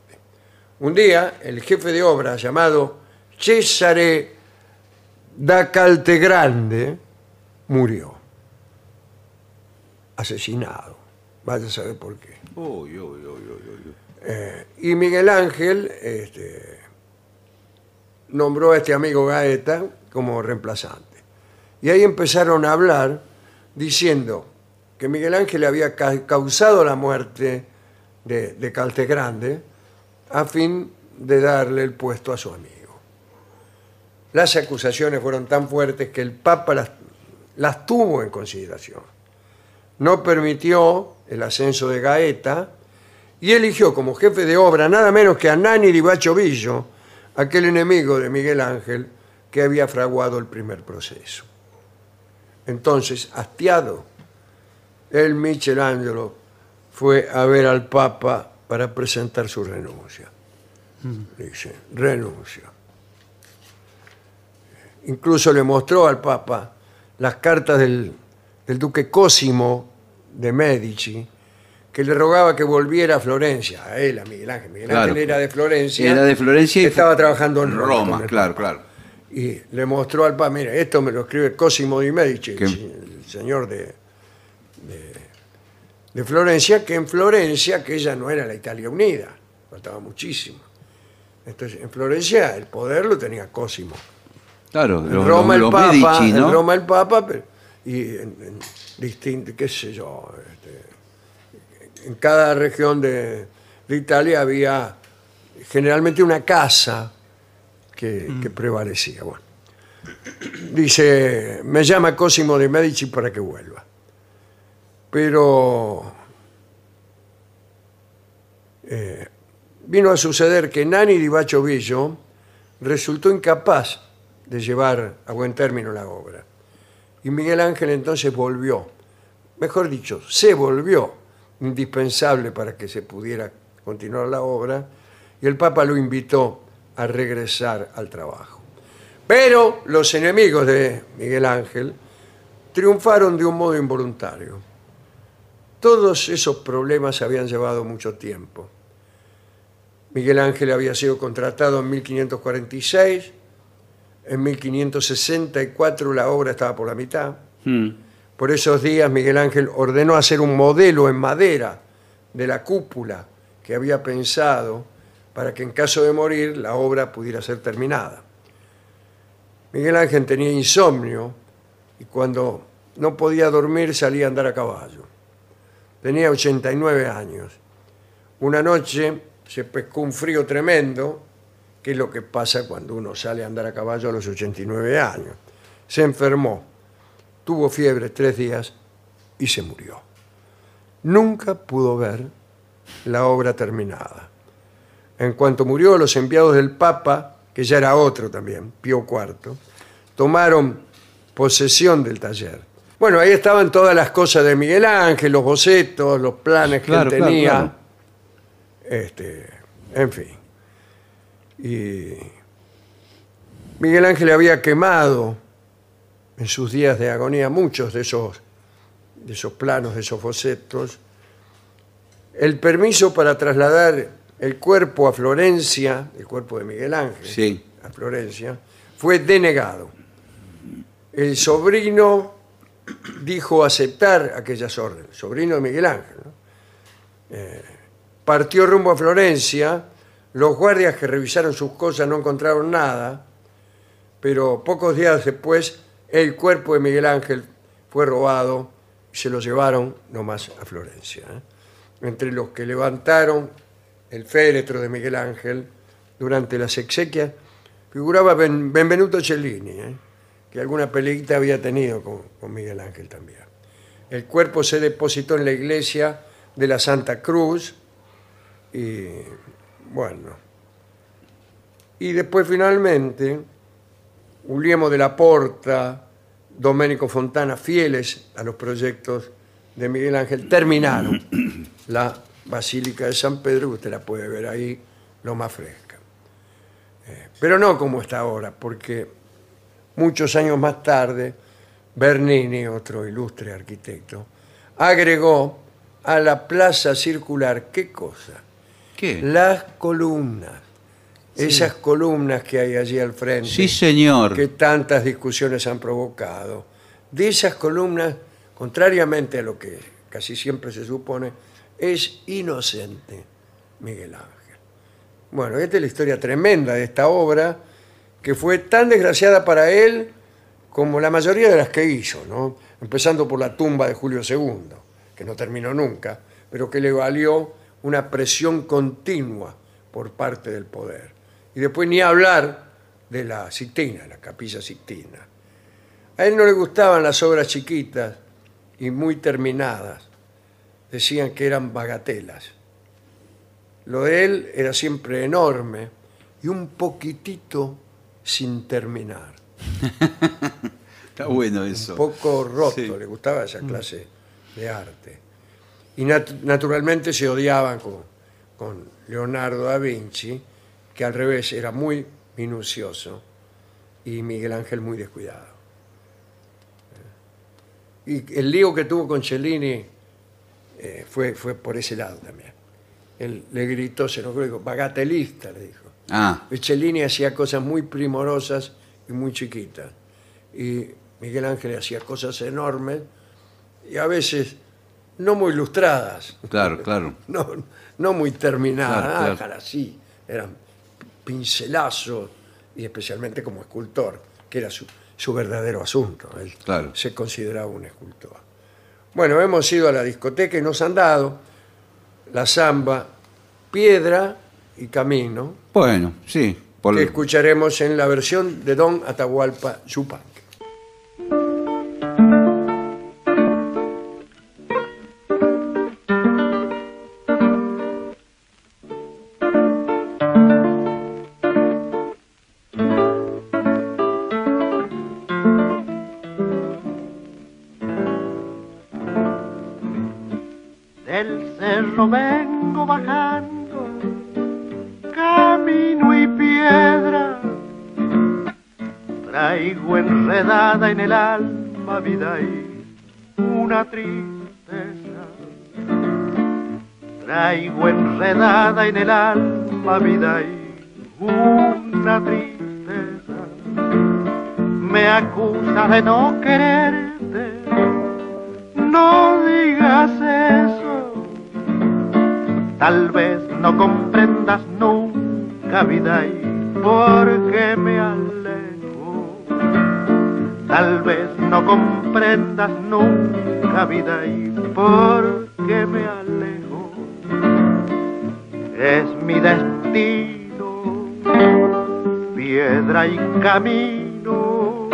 A: Un día, el jefe de obra llamado Cesare da Caltegrande murió, asesinado. Vaya a saber por qué. Eh,
B: Uy, uy, uy, uy, uy.
A: Y Miguel Ángel este, nombró a este amigo Gaeta como reemplazante. Y ahí empezaron a hablar diciendo que Miguel Ángel había ca- causado la muerte de, de Caltegrande a fin de darle el puesto a su amigo. Las acusaciones fueron tan fuertes que el Papa las, las tuvo en consideración. No permitió el ascenso de Gaeta, y eligió como jefe de obra nada menos que a Nani Ribacho Villo, aquel enemigo de Miguel Ángel que había fraguado el primer proceso. Entonces, hastiado, el Michelangelo fue a ver al Papa para presentar su renuncia.
B: Mm.
A: Dice, renuncia. Incluso le mostró al Papa las cartas del, del duque Cosimo de Medici, que le rogaba que volviera a Florencia, a él, a Miguel Ángel. Miguel
B: Claro.
A: Ángel era de Florencia.
B: Era de Florencia y
A: estaba
B: fue-
A: trabajando en Roma. con
B: Roma,
A: el
B: claro, claro.
A: y le mostró al Papa, mira, esto me lo escribe Cosimo di Medici,
B: ¿Qué?
A: el se- el señor de, de, de Florencia, que en Florencia, que ella no era la Italia unida, faltaba muchísimo. Entonces, en Florencia el poder lo tenía Cosimo.
B: Claro,
A: En
B: los,
A: Roma
B: los-
A: el
B: los
A: Papa,
B: Medici, ¿no?
A: en Roma el Papa, pero- y en, en distin- qué sé yo, este, en cada región de, de Italia había generalmente una casa que, que prevalecía. Bueno. Dice, me llama Cosimo de Medici para que vuelva. Pero eh, vino a suceder que Nani Di Baccio Villo resultó incapaz de llevar a buen término la obra. Y Miguel Ángel entonces volvió, mejor dicho, se volvió indispensable para que se pudiera continuar la obra, y el Papa lo invitó a regresar al trabajo. Pero los enemigos de Miguel Ángel triunfaron de un modo involuntario. Todos esos problemas habían llevado mucho tiempo. Miguel Ángel había sido contratado en 1546, en 1564 la obra estaba por la mitad.
B: Mm.
A: Por esos días Miguel Ángel ordenó hacer un modelo en madera de la cúpula que había pensado para que en caso de morir la obra pudiera ser terminada. Miguel Ángel tenía insomnio y cuando no podía dormir salía a andar a caballo. Tenía 89 años. Una noche se pescó un frío tremendo, que es lo que pasa cuando uno sale a andar a caballo a los 89 años. Se enfermó, tuvo fiebre tres días y se murió. Nunca pudo ver la obra terminada. En cuanto murió, los enviados del Papa, que ya era otro también, Pío IV, tomaron posesión del taller. Bueno, ahí estaban todas las cosas de Miguel Ángel, los bocetos, los planes que
B: Claro,
A: él
B: claro,
A: tenía.
B: claro.
A: Este, en fin. Y Miguel Ángel había quemado en sus días de agonía muchos de esos, de esos planos, de esos bocetos. El permiso para trasladar el cuerpo a Florencia, el cuerpo de Miguel Ángel,
B: Sí.
A: a Florencia, fue denegado. El sobrino dijo aceptar aquellas órdenes, sobrino de Miguel Ángel. ¿no? Eh, partió rumbo a Florencia, los guardias que revisaron sus cosas no encontraron nada pero pocos días después el cuerpo de Miguel Ángel fue robado y se lo llevaron nomás a Florencia. ¿eh? Entre los que levantaron el féretro de Miguel Ángel durante las exequias figuraba Ben- Benvenuto Cellini, ¿eh? que alguna peleita había tenido con, con Miguel Ángel también. El cuerpo se depositó en la iglesia de la Santa Cruz y bueno, Y después finalmente, Guglielmo de la Porta, Domenico Fontana, fieles a los proyectos de Miguel Ángel, terminaron la Basílica de San Pedro, que usted la puede ver ahí, lo más fresca. Eh, pero no como está ahora, porque muchos años más tarde, Bernini, otro ilustre arquitecto, agregó a la plaza circular, ¿qué cosa?
B: ¿Qué?
A: Las columnas. Esas columnas que hay allí al frente.
B: Sí, señor.
A: Que tantas discusiones han provocado. De esas columnas, contrariamente a lo que casi siempre se supone, es inocente Miguel Ángel. Bueno, esta es la historia tremenda de esta obra, que fue tan desgraciada para él como la mayoría de las que hizo, ¿no? Empezando por la tumba de Julio II, que no terminó nunca, pero que le valió una presión continua por parte del poder. Y después ni hablar de la Sixtina, la capilla Sixtina. A él no le gustaban las obras chiquitas y muy terminadas. Decían que eran bagatelas. Lo de él era siempre enorme y un poquitito sin terminar.
B: Está bueno eso.
A: Un poco roto,
B: Sí.
A: le gustaba esa clase de arte. Y nat- naturalmente se odiaban con, con Leonardo da Vinci, que al revés era muy minucioso y Miguel Ángel muy descuidado. Y el lío que tuvo con Cellini eh, fue, fue por ese lado también. Él le gritó, se enojó, le dijo, bagatelista, le dijo.
B: Ah,
A: Cellini hacía cosas muy primorosas y muy chiquitas. Y Miguel Ángel hacía cosas enormes y a veces no muy ilustradas,
B: claro, claro.
A: no, no muy terminadas.
B: Claro, claro.
A: Ah, cara, sí, eran pincelazos y especialmente como escultor, que era su, su verdadero asunto. Él
B: Claro.
A: se consideraba un escultor. Bueno, hemos ido a la discoteca y nos han dado la samba, piedra y camino
B: Bueno, sí. por-
A: que escucharemos en la versión de Don Atahualpa Yupanqui.
E: Del cerro vengo bajando, camino y piedra. Traigo enredada en el alma vida y una tristeza. Traigo enredada en el alma vida y una tristeza. Me acusa de no quererte. No digas eso. Tal vez no comprendas nunca vida y por qué me alejo. Tal vez no comprendas nunca vida y por qué me alejo. Es mi destino, piedra y camino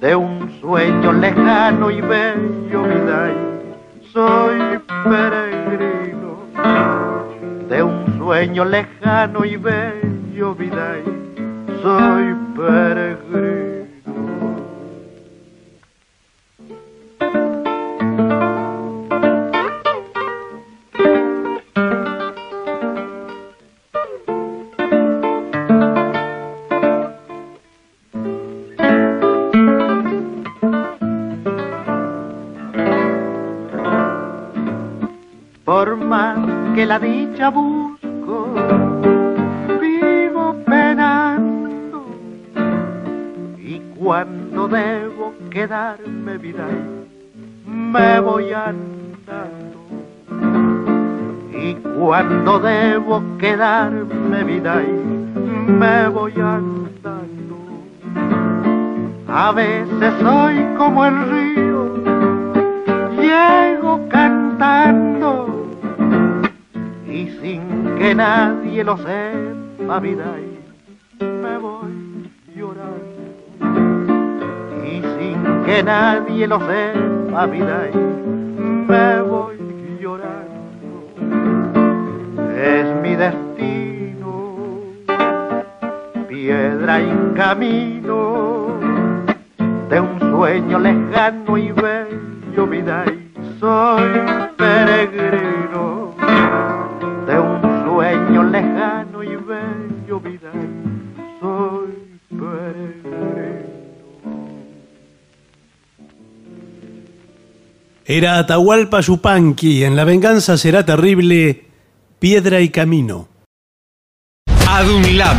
E: de un sueño lejano y bello, vida, y soy peregrino. De un sueño lejano y bello, vida, y soy peregrino. Por más que la dicha busco, vivo penando. Y cuando debo quedarme vida, me voy andando. Y cuando debo quedarme vida, me voy andando. A veces soy como el río llego cantando y sin que nadie lo sepa vida y me voy llorando y sin que nadie lo sepa vida y me voy llorando es mi destino traen camino de un sueño lejano y bello, vida, y soy peregrino de un sueño lejano y bello, vida, y soy peregrino.
C: Era Atahualpa Yupanqui, en La venganza será terrible, piedra y camino.
F: ADUNLAM,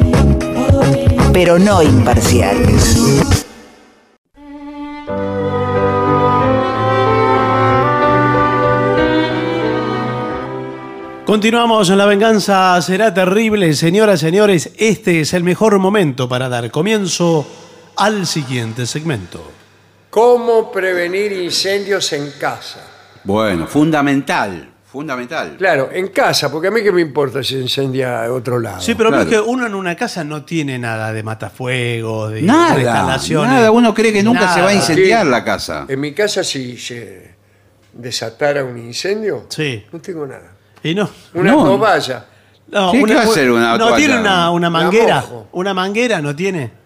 D: pero no imparciales.
C: Continuamos en La venganza será terrible, señoras, señores, este es el mejor momento para dar comienzo al siguiente segmento.
A: ¿Cómo prevenir incendios en casa?
B: Bueno, fundamental, fundamental.
A: Claro, en casa, porque a mí qué me importa si incendia a otro lado.
C: Sí, pero veo que uno en una casa no tiene nada de matafuegos, de de
B: Nada,
C: instalaciones.
B: nada, uno cree que nunca se va
C: Nada.
B: a incendiar
A: Sí.
B: la casa.
A: En mi casa si se desatara un incendio,
C: Sí,
A: no tengo nada.
C: y no.
A: Una
B: No.
A: toalla.
C: no
B: Sí, ¿qué va a hacer una
C: No
B: toalla?
C: tiene una, una manguera.
A: mojo.
C: Una manguera no tiene.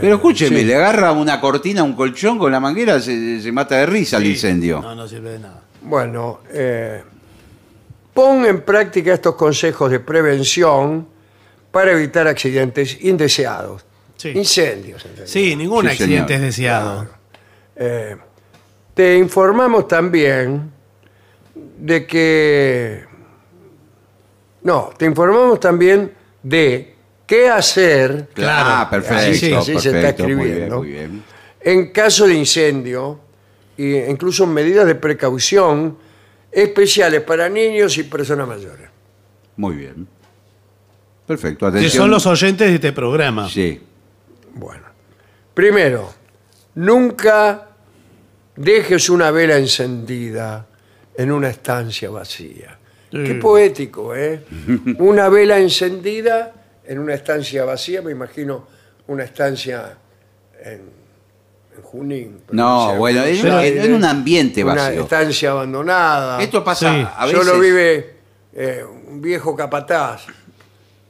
B: Pero escúcheme,
A: Eh, sí.
B: le agarra una cortina, un colchón con la manguera, se, se mata de risa el incendio.
C: No, no sirve de nada.
A: Bueno, eh, pon en práctica estos consejos de prevención para evitar accidentes indeseados.
C: Sí.
A: Incendios. en realidad.
C: Sí, ningún
B: Sí, señor.
C: accidente es deseado.
A: Eh, te informamos también de que... No, te informamos también de qué hacer
C: Claro.
B: Ah, perfecto.
A: Así sí, así se está
B: perfecto, muy bien,
A: escribiendo.
B: Muy bien,
A: en caso de incendio e incluso medidas de precaución especiales para niños y personas mayores.
B: muy bien. Perfecto,
C: Que
B: atención.
C: son los oyentes de este programa.
B: Sí,
A: Bueno, primero, nunca dejes una vela encendida en una estancia vacía. Qué poético, ¿eh? Una vela encendida en una estancia vacía, me imagino una estancia en, en Junín. provincia
B: No,
A: de
B: bueno, en-
A: Buenos Aires,
B: en un ambiente vacío.
A: Una estancia abandonada.
B: Esto pasa
C: Sí.
B: a veces.
A: Solo vive eh, un viejo capataz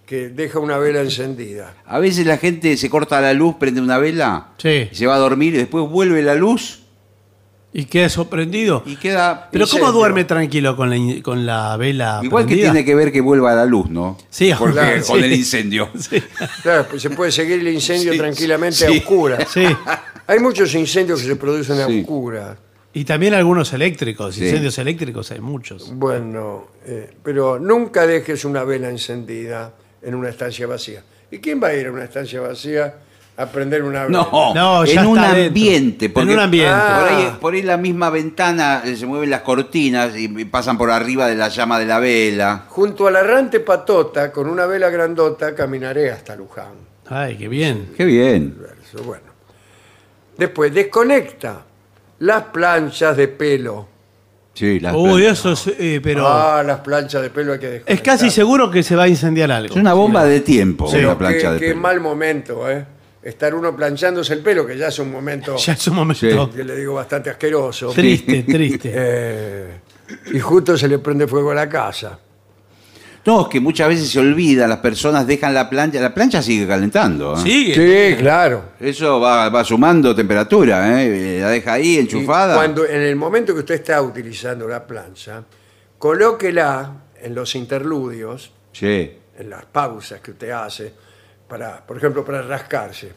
A: que deja una vela encendida.
B: A veces la gente se corta la luz, prende una vela,
C: Sí.
B: y se va a dormir y después vuelve la luz
C: Y queda sorprendido.
B: y queda.
C: Pero ¿cómo
A: Incendio.
C: duerme tranquilo con la, in- con la vela?
B: Igual que
C: prendida?
B: tiene que ver que vuelva la luz, ¿no?
C: Sí,
B: Porque
A: claro,
B: con
C: sí.
B: el incendio.
A: Claro, pues se puede seguir el incendio
B: Sí,
A: tranquilamente a
B: sí.
A: oscuras.
C: Sí.
A: Hay muchos incendios que se producen a
B: Sí.
A: oscuras.
C: Y también algunos eléctricos,
B: Sí.
C: incendios eléctricos, hay muchos.
A: Bueno, eh, pero nunca dejes una vela encendida en una estancia vacía. ¿Y quién va a ir a una estancia vacía a prender una vela?
B: No,
C: No,
B: en
C: ya
B: un
C: está dentro.
B: ambiente.
C: En
B: porque
C: un ambiente.
B: Por ahí,
A: Ah.
B: por ahí la misma ventana eh, se mueven las cortinas y y pasan por arriba de la llama de la vela.
A: Junto a la errante patota, con una vela grandota, caminaré hasta Luján.
C: Ay, qué bien.
B: Qué bien.
A: Eso, bueno. Después, desconecta las planchas de pelo.
B: Sí, las
C: Uy,
B: plantas.
C: eso es, eh, pero
A: Ah, las planchas de pelo hay que desconectar.
C: es casi seguro que se va a incendiar algo.
B: Es una bomba de tiempo
C: Sí.
B: una
A: Qué-
B: plancha de
A: qué
B: pelo.
A: mal momento, ¿eh? Estar uno planchándose el pelo, que ya es un momento,
C: Ya es un momento
A: que le digo, bastante asqueroso.
C: triste, triste.
A: Eh, y justo se le prende fuego a la casa.
B: No, es que muchas veces se olvida, las personas dejan la plancha, la plancha sigue calentando. ¿eh?
C: Sigue.
A: Sí, claro.
B: Eso va, va sumando temperatura, ¿eh? la deja ahí
A: Y
B: enchufada.
A: Cuando, en el momento que usted está utilizando la plancha, colóquela en los interludios,
B: Sí.
A: en las pausas que usted hace, para, por ejemplo, para rascarse.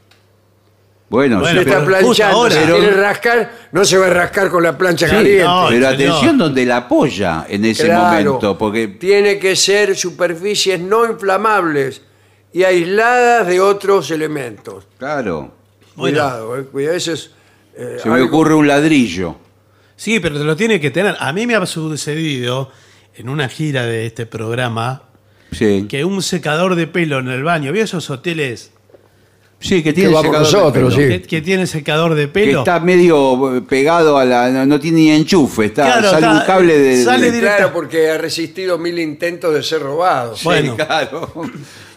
B: Bueno,
C: Bueno,
B: sí,
A: Usted está
C: pero justo
A: planchando,
C: ahora.
A: si
C: Pero-
A: quiere rascar, no se va a rascar con la plancha
B: Sí,
A: caliente.
C: no,
B: pero
C: Ay, señor.
B: atención donde la apoya en ese
A: Claro,
B: momento, porque
A: tiene que ser superficies no inflamables y aisladas de otros elementos.
B: claro,
C: Bueno.
A: Cuidado, eh, cuidado, eso es eh,
B: se me
A: algo-
B: ocurre un ladrillo.
C: Sí, pero te lo tiene que tener. A mí me ha sucedido en una gira de este programa
B: Sí.
C: que un secador de pelo en el baño, ¿vio esos hoteles?
B: Sí, que tiene
A: va por
B: secador de
A: nosotros,
B: pelo.
A: sí.
C: Que, que tiene secador de
B: Que
C: pelo.
B: está medio eh, pegado a la. No, no tiene ni enchufe, está,
C: Claro,
B: sale
C: está-
B: un cable de.
C: sale
B: de-
C: directa.
A: Claro, porque ha resistido mil intentos de ser robado.
C: Bueno.
B: Claro.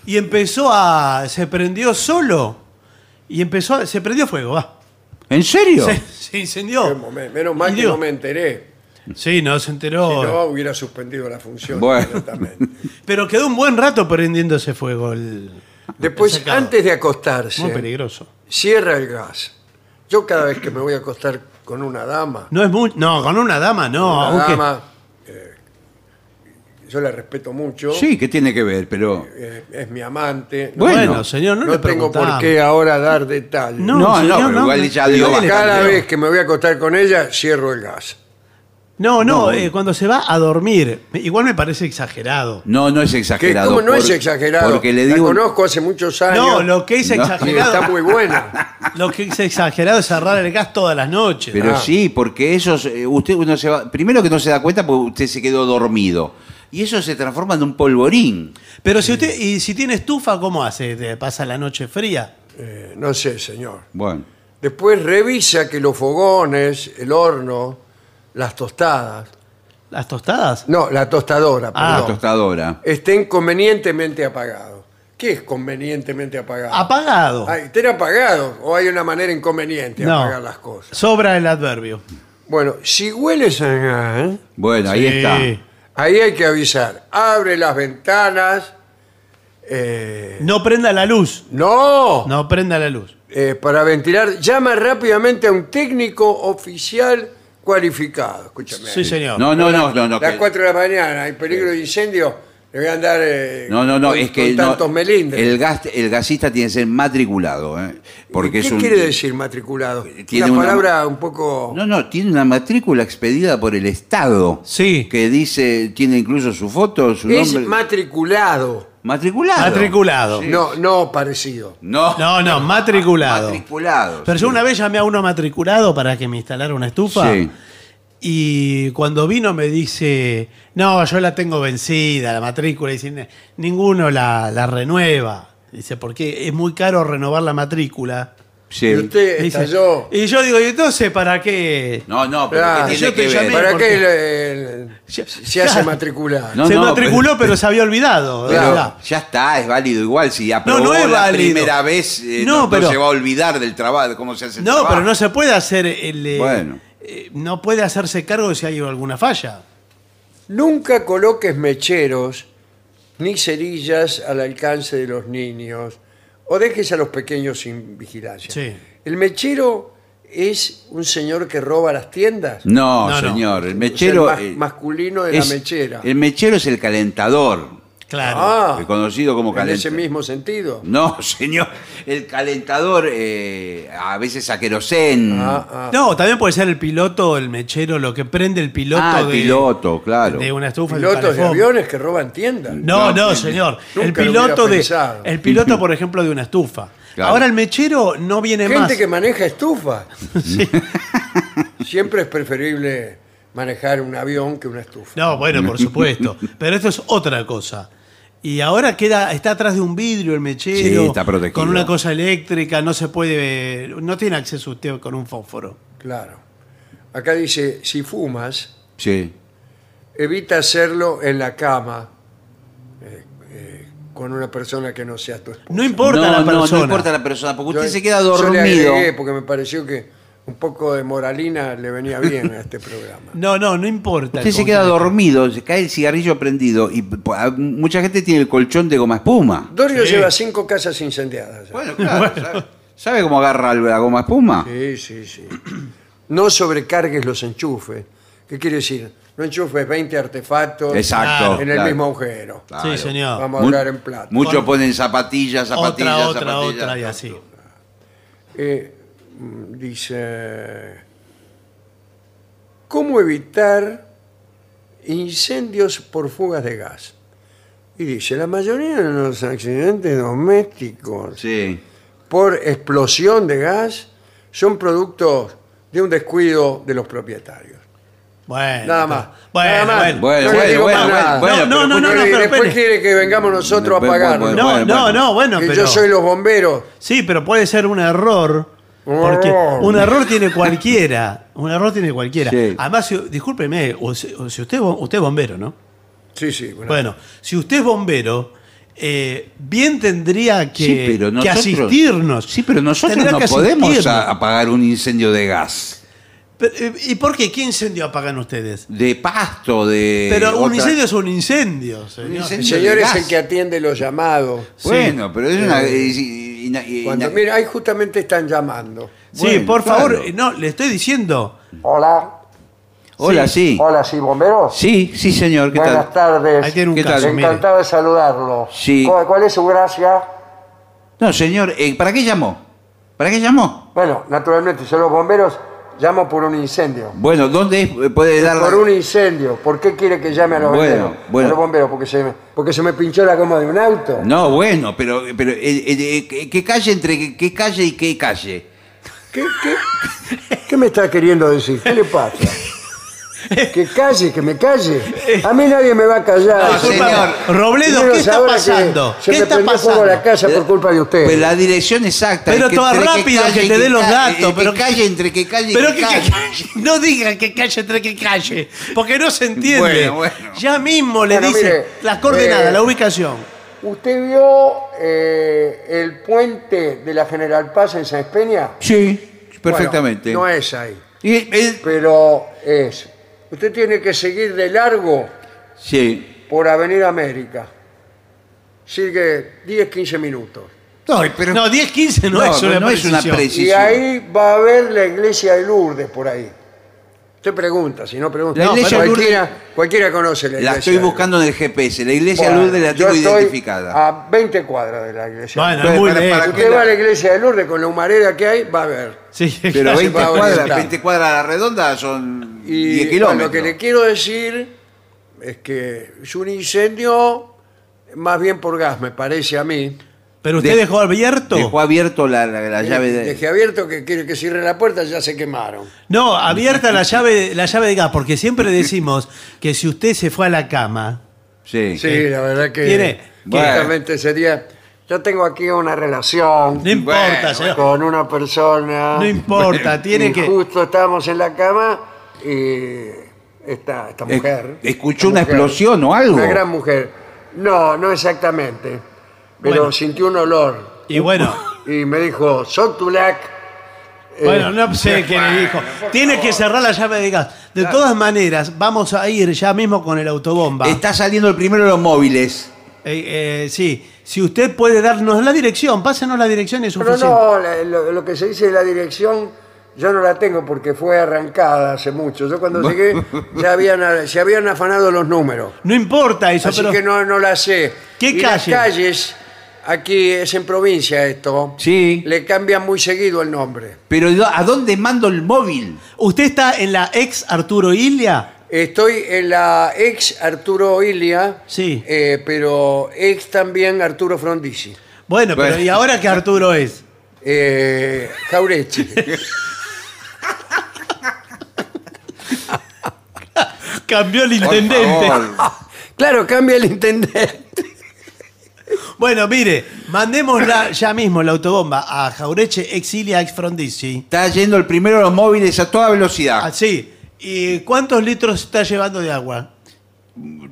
C: Y empezó a. Se prendió solo. Y empezó a- Se prendió fuego, va.
B: ¿En serio?
C: Se, se
A: Qué
C: incendió.
A: momen- Menos mal que
C: Dios.
A: no me enteré.
C: Sí, no, se enteró.
A: Si no, hubiera suspendido la función.
B: Bueno.
A: inmediatamente.
C: Pero quedó un buen rato prendiéndose fuego. El,
A: Después,
C: Sacado.
A: antes de
C: Muy
A: acostarse,
C: peligroso.
A: cierra el gas. Yo cada vez que me voy a acostar con una dama,
C: No es muy. No, con una dama no.
A: una
C: aunque-
A: dama, eh, yo la respeto mucho,
B: Sí, que tiene que ver, pero.
A: eh, es mi amante. No-
C: Bueno,
B: Bueno,
C: señor, no,
A: no
C: le
A: tengo por
C: preguntamos.
A: qué ahora dar detalles.
C: No,
B: No,
C: señor,
B: no, pero
C: no,
B: igual
C: no.
B: ya dio
C: No,
B: bastante.
A: Cada vez que me voy a acostar con ella, cierro el gas.
C: No, no,
B: No.
C: eh, cuando se va a dormir. Igual me parece exagerado.
B: No, no es
A: Que
B: exagerado.
A: como no es
B: por-
A: exagerado,
B: Porque le digo.
A: la conozco hace muchos años
C: No, lo que es
B: No.
A: y está
C: exagerado.
A: muy buena.
C: Lo que es exagerado es cerrar el gas todas las noches.
B: Pero
A: Ah.
B: sí, porque ellos, eh, usted uno se va, primero que no se da cuenta porque usted se quedó dormido. Y eso se transforma en un polvorín.
C: Pero si usted, y si tiene estufa, ¿cómo hace? ¿Te ¿Pasa la noche fría?
A: Eh, no sé, señor.
B: Bueno.
A: Después revisa que los fogones, el horno, las tostadas,
C: ¿Las tostadas?
A: no, la tostadora,
C: Ah.
B: La
A: perdón,
B: tostadora.
A: estén convenientemente apagados. ¿Qué es convenientemente apagado?
C: Apagado.
A: Ah, ¿Estén apagados o hay una manera inconveniente de
C: No.
A: apagar las cosas?
C: Sobra el adverbio.
A: Bueno, si hueles a gas,
B: Bueno, ahí
C: Sí.
B: está.
A: ahí hay que avisar. Abre las ventanas. eh,
C: No prenda la luz.
A: no,
C: No prenda la luz.
A: Eh, para ventilar, llama rápidamente a un técnico oficial cualificado. Escúchame.
C: Sí, señor.
B: No, no, no, no, no.
A: Las
B: que-
A: 4 de la mañana, hay peligro de incendio, le voy a andar eh,
B: No, no, no,
A: con,
B: es que
A: con
B: no,
A: tantos melindres.
B: el, gas, el gasista tiene que ser matriculado, ¿eh? porque
A: ¿Qué
B: es un- Eh,
A: quiere decir matriculado?
B: Tiene
A: una
B: una-
A: palabra un poco...
B: No, no, tiene una matrícula expedida por el Estado.
C: Sí.
B: Que dice, tiene incluso su foto, su
A: es
B: nombre.
A: matriculado,
B: matriculado.
C: Matriculado.
A: no, no parecido.
B: No,
C: No, no, matriculado.
B: matriculado.
C: Pero yo una vez llamé a uno matriculado para que me instalara una estufa.
B: Sí.
C: Y cuando vino me dice, no, yo la tengo vencida, la matrícula. Y dice, ninguno la, la renueva. Dice, porque es muy caro renovar la matrícula.
B: Sí.
A: Y usted
C: Dice-
A: estalló.
C: Y yo digo, ¿y entonces para qué?
B: No, no, pero
A: Claro,
B: ¿qué
C: yo
B: tiene
C: te
B: que
C: llamé
B: ver?
A: ¿Para
C: porque-
A: qué le- le- se hace
C: Claro.
A: matricular?
B: No,
C: Se matriculó, pero... se había olvidado. de
B: Pero
C: verdad.
B: ya está, es válido igual. Si aprobó
C: no es
B: la
C: válido.
B: primera vez, eh,
C: No,
B: no, no
C: pero-
B: se va a olvidar del trabajo, de cómo se hace el
C: No,
B: trabajo.
C: pero no se puede hacer el... eh,
B: Ah. Bueno.
C: eh, no puede hacerse cargo de si hay alguna falla.
A: Nunca coloques mecheros ni cerillas al alcance de los niños o dejes a los pequeños sin vigilancia.
C: Sí.
A: El mechero es un señor que roba las tiendas.
B: No,
C: No, no.
B: señor, el mechero...
A: Es el ma-
B: eh,
A: masculino de la
B: es-
A: mechera.
B: El mechero es el calentador,
C: Claro.
A: Ah,
B: el Mm. conocido como
A: en ese
B: calentador.
A: mismo sentido.
B: No, señor, el calentador eh, a veces a querosén.
A: Ah, ah.
C: No, también puede ser el piloto, el mechero, lo que prende el piloto.
B: Ah, el
C: de,
B: piloto, claro.
C: De una estufa. de un
A: Pilotos de
C: calefón.
A: aviones que roban tiendas.
C: No,
B: No,
C: no,
B: sí.
C: señor. El
A: Nunca lo
C: piloto
A: hubiera
C: de,
A: pensado.
C: el piloto, por ejemplo, de una estufa.
B: Claro.
C: Ahora el mechero no viene
A: Gente
C: más.
A: que maneja estufa. Siempre es preferible manejar un avión que una estufa.
C: No, bueno, por supuesto. Pero esto es otra cosa. Y ahora queda, está atrás de un vidrio el mechero.
B: Sí, está protegido.
C: Con una cosa eléctrica, no se puede, no tiene acceso usted con un fósforo.
A: Claro. Acá dice, si fumas,
B: Sí.
A: evita hacerlo en la cama eh, eh, con una persona que no sea tu esposa.
C: No importa
B: no,
C: la
B: no,
C: persona.
B: no importa la persona, porque usted
A: Yo-
B: se queda
A: yo le
B: dormido.
A: agregué porque me pareció que un poco de moralina le venía bien a este programa.
C: No, no, no importa.
B: Usted se queda dormido, se cae el cigarrillo prendido y p- a- mucha gente tiene el colchón de goma espuma.
A: Dorio
C: Sí.
A: lleva cinco casas incendiadas.
B: Bueno, claro. ¿sabe, sabe cómo agarra la goma espuma?
A: Sí, sí, sí. No sobrecargues los enchufes. ¿Qué quiere decir? No enchufes 20 artefactos
B: Exacto.
A: en el
B: claro.
A: mismo agujero.
C: Sí, señor.
A: Vamos a
B: Mu-
A: hablar en plata.
B: Muchos
C: Con-
B: ponen zapatillas, zapatillas,
C: otra, otra,
B: zapatillas.
C: otra y así.
A: Eh, mm, dice, ¿cómo evitar incendios por fugas de gas? Y dice, la mayoría de los accidentes domésticos
B: Sí.
A: por explosión de gas son productos de un descuido de los propietarios.
C: Bueno.
G: Nada más.
C: Bueno,
G: Nada más.
C: bueno.
B: Bueno,
G: No le
B: bueno,
G: digo
B: bueno,
G: más
B: bueno,
G: nada.
B: bueno,
C: No, no,
B: pero-
C: no, no,
G: Porque
C: pero
G: después
C: espere.
G: quiere que vengamos nosotros a
B: Bueno,
G: pagarlo.
B: bueno,
C: No,
B: bueno,
C: no, no, bueno,
G: que
C: pero.
G: yo soy los bomberos.
C: Sí, pero puede ser un error.
G: Un
C: Porque
G: error.
C: un error tiene cualquiera. Un error tiene cualquiera.
B: Sí.
C: Además, si- discúlpeme, o si, o si usted, es bom- usted es bombero, ¿no?
G: Sí, sí. Bueno.
C: Bueno, si usted es bombero, eh, bien tendría que,
B: sí, pero
C: que
B: nosotros,
C: asistirnos.
B: Sí, pero nosotros
C: Tendría
B: no
C: que
B: podemos
C: asistirnos.
B: a- apagar un incendio de gas,
C: Pero, eh, ¿Y por qué? ¿Qué incendio apagan ustedes?
B: de pasto, de.
C: Pero un
B: Eh, otra-
C: incendio es un incendio, señor.
B: Un incendio
G: el señor
B: de
G: es
B: gas.
G: el que atiende los llamados.
B: Bueno, pero es una.
C: Eh,
B: es ina- ina-
G: Cuando, mira, ahí justamente están llamando.
C: Sí,
B: Bueno,
C: por favor,
B: claro.
C: eh, no, le estoy diciendo.
A: Hola,
B: Hola, sí.
A: hola, sí, bomberos.
B: Sí, sí, señor, ¿qué
A: Buenas
B: tal?
C: Ahí
A: tardes.
C: tiene un
B: ¿Qué tal?
C: caso, mire.
A: Encantado de saludarlo.
B: Sí.
A: ¿Cuál, cuál es su gracia?
B: No, señor, eh, ¿para qué llamó? ¿Para qué llamó?
A: Bueno, naturalmente, yo los bomberos llamo por un incendio.
B: Bueno, ¿dónde es? Eh, puede dar? la-
A: Por un incendio. ¿Por qué quiere que llame a los
B: Bueno,
A: bomberos?
B: bueno.
A: A los bomberos, porque se, me, porque se me pinchó la goma de un auto.
B: No, bueno, pero, pero eh, eh, eh, ¿qué calle entre qué- qué calle y qué calle?
G: ¿Qué, qué, qué me está queriendo decir? ¿Qué le pasa? Que calle, que me calle. A mí nadie me va a callar.
B: No,
C: Disculpa,
B: señor.
C: Robledo,
G: Primero
C: ¿qué está
G: sabrá que
C: pasando?
G: Se
C: ¿Qué
G: me
C: está
G: prendió
C: pasando?
G: fuego la casa por culpa de ustedes.
B: Pues la dirección exacta.
C: Pero
B: es
C: todo
B: entre
C: rápido,
B: calle
C: que
B: y
C: te dé los
B: ca-
C: datos,
B: eh, que
C: pero-
B: calle entre que calle y
C: Pero
B: que
C: que,
B: calle.
C: que- no digan que calle entre que calle, porque no se entiende.
B: Bueno, bueno.
C: Ya mismo le
A: Bueno,
C: dice
A: mire,
C: las coordenadas,
A: eh,
C: la ubicación.
A: ¿Usted vio eh, el puente de la General Paz en San Peña?
B: Sí, perfectamente.
G: Bueno, no es ahí,
B: Y eh, él-
A: Pero es. Usted tiene que seguir de largo
B: Sí.
A: por Avenida América. Sigue 10, 15 minutos.
B: No, pero
C: No, 10, 15 no,
B: No,
C: es una
B: no es una
C: precisión.
B: precisión.
A: y
B: Sí, sí.
A: ahí va a haber la iglesia de Lourdes por ahí. Usted pregunta, si no pregunta.
B: La
A: No,
B: iglesia de
A: cualquiera, cualquiera conoce la iglesia.
B: la estoy
A: de Lourdes.
B: buscando en el GPS. La iglesia
A: Bueno,
B: Lourdes la
A: yo
B: tengo
A: estoy
B: identificada.
A: A 20 cuadras de la iglesia.
C: Bueno,
B: Pero
C: es Ah, muy
B: para-
C: lejos.
B: para-
A: Usted va a la iglesia de Lourdes con la humareda que hay, va a ver.
C: Sí,
B: Pero
C: claro.
B: 20
A: va a
B: cuadras,
A: orientar.
B: 20 cuadras a la redonda son
A: Y
B: 10
A: bueno,
B: kilómetros.
A: lo que le quiero decir es que es un incendio más bien por gas, me parece a mí.
C: Pero usted
B: de-
C: dejó abierto.
B: Dejó abierto la, la- la llave de...
A: Eh, Dejé abierto que quiere que cierre la puerta, ya se quemaron.
C: No, abierta la llave, la llave de gas, porque siempre decimos que si usted se fue a la cama,
B: Sí.
A: Sí, la verdad que.
C: Tiene-
A: Justamente sería. Yo tengo aquí una relación
C: no importa,
B: Bueno,
C: señor.
A: con una persona.
C: No importa, tiene
A: y
C: que.
A: Justo estábamos en la cama y esta, esta
B: Es-
A: mujer.
B: escuchó
A: esta
B: una explosión o algo.
A: Una gran mujer. No, no exactamente. Pero
C: Bueno.
A: sintió un olor
C: Y bueno,
A: y me dijo, Sotulac. Eh,
C: bueno, no sé qué le dijo. Tiene que cerrar la llave de gas. De todas maneras, vamos a ir ya mismo con el autobomba.
B: Está saliendo el primero de los móviles.
C: Eh, eh, sí, si usted puede darnos la dirección, pásenos la dirección es
A: Pero
C: suficiente.
A: no, la- lo, lo que se dice de la dirección, yo no la tengo porque fue arrancada hace mucho. Yo cuando llegué ya habían, se habían afanado los números.
C: No importa eso,
A: Así
C: pero
A: que no, no la sé.
C: ¿Qué
A: y
C: calle?
A: Las calles, aquí es en provincia esto.
B: Sí.
A: Le cambian muy seguido el nombre.
B: Pero ¿y do- ¿a dónde mando el móvil?
C: usted está en la ex Arturo Ilia.
A: Estoy en la ex Arturo Ilia,
C: Sí.
A: eh, pero ex también Arturo Frondizi.
C: Bueno, pero
B: Bueno.
C: ¿y ahora qué Arturo es?
A: Eh, Jaurechi.
C: Cambió el
B: Por
C: intendente.
B: favor.
A: claro, cambia el intendente.
C: Bueno, mire, mandémosla ya mismo la autobomba a Jaureche Exilia Ex Frondizi.
B: Está yendo el primero de los móviles a toda velocidad.
C: Así. ¿Y cuántos litros está llevando de agua?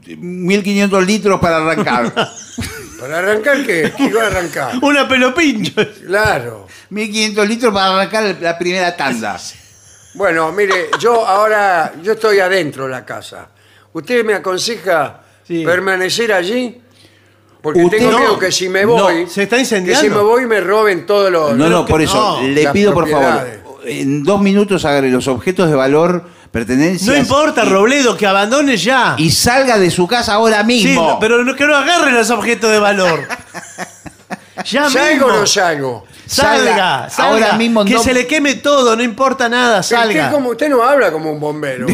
B: 1500 litros para arrancar.
A: ¿Para arrancar qué? ¿Qué iba a arrancar?
C: Una pelopincho.
A: Claro.
B: 1500 litros para arrancar la primera tanda.
A: Bueno, mire, yo ahora yo estoy adentro de la casa. ¿Usted me aconseja
C: Sí.
A: permanecer allí? Porque
B: Usted
A: tengo
B: no.
A: miedo que si me
B: No,
A: voy,
C: se está
A: que
C: incendiando.
A: si me voy me roben todos los.
B: No, no,
C: que
B: por eso.
C: no.
B: Le
A: Las
B: pido, por
A: propiedades.
B: favor, en dos minutos agarre los objetos de valor, pertenencias.
C: No importa,
B: y-
C: Robledo, que abandone ya.
B: Y salga de su casa ahora mismo.
C: Sí, no, pero no- que no agarre los objetos de valor. Ya
A: ¿Salgo o
C: mismo.
A: no salgo?
C: Salga,
B: Salga,
C: salga.
B: ahora mismo
C: que
B: no-
C: se le queme todo, no importa nada,
A: Usted,
C: salga.
A: como, usted no habla como un bombero.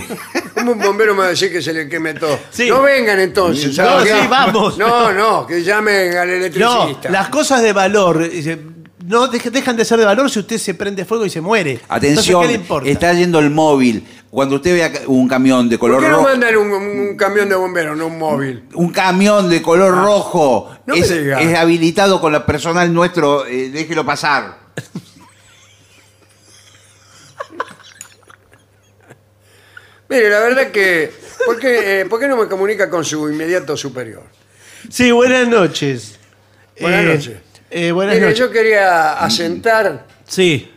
A: Como un bombero me va a decir que se le queme todo.
C: Sí.
A: No vengan entonces.
C: No,
A: ¿sabe?
C: sí, vamos.
A: No, no, que llamen al
C: No,
A: electricista.
C: las cosas de valor eh, no deja- dejan de ser de valor si usted se prende fuego y se muere.
B: Atención,
C: Entonces, ¿qué le importa?
B: está yendo el móvil. Cuando usted vea ca- un camión de
A: ¿Por
B: color
A: qué no
B: rojo,
A: mandan un, un camión de bomberos, no un móvil?
B: un camión de color rojo
A: Ah, no me
B: es,
A: diga.
B: es habilitado con el personal nuestro, eh, déjelo pasar.
A: Mire, la verdad que... ¿por qué, eh, por qué no me comunica con su inmediato superior?
C: Sí, buenas noches.
A: Buenas
C: Eh,
A: noches.
C: eh, buenas
A: Mire,
C: noches.
A: yo quería asentar
C: Sí.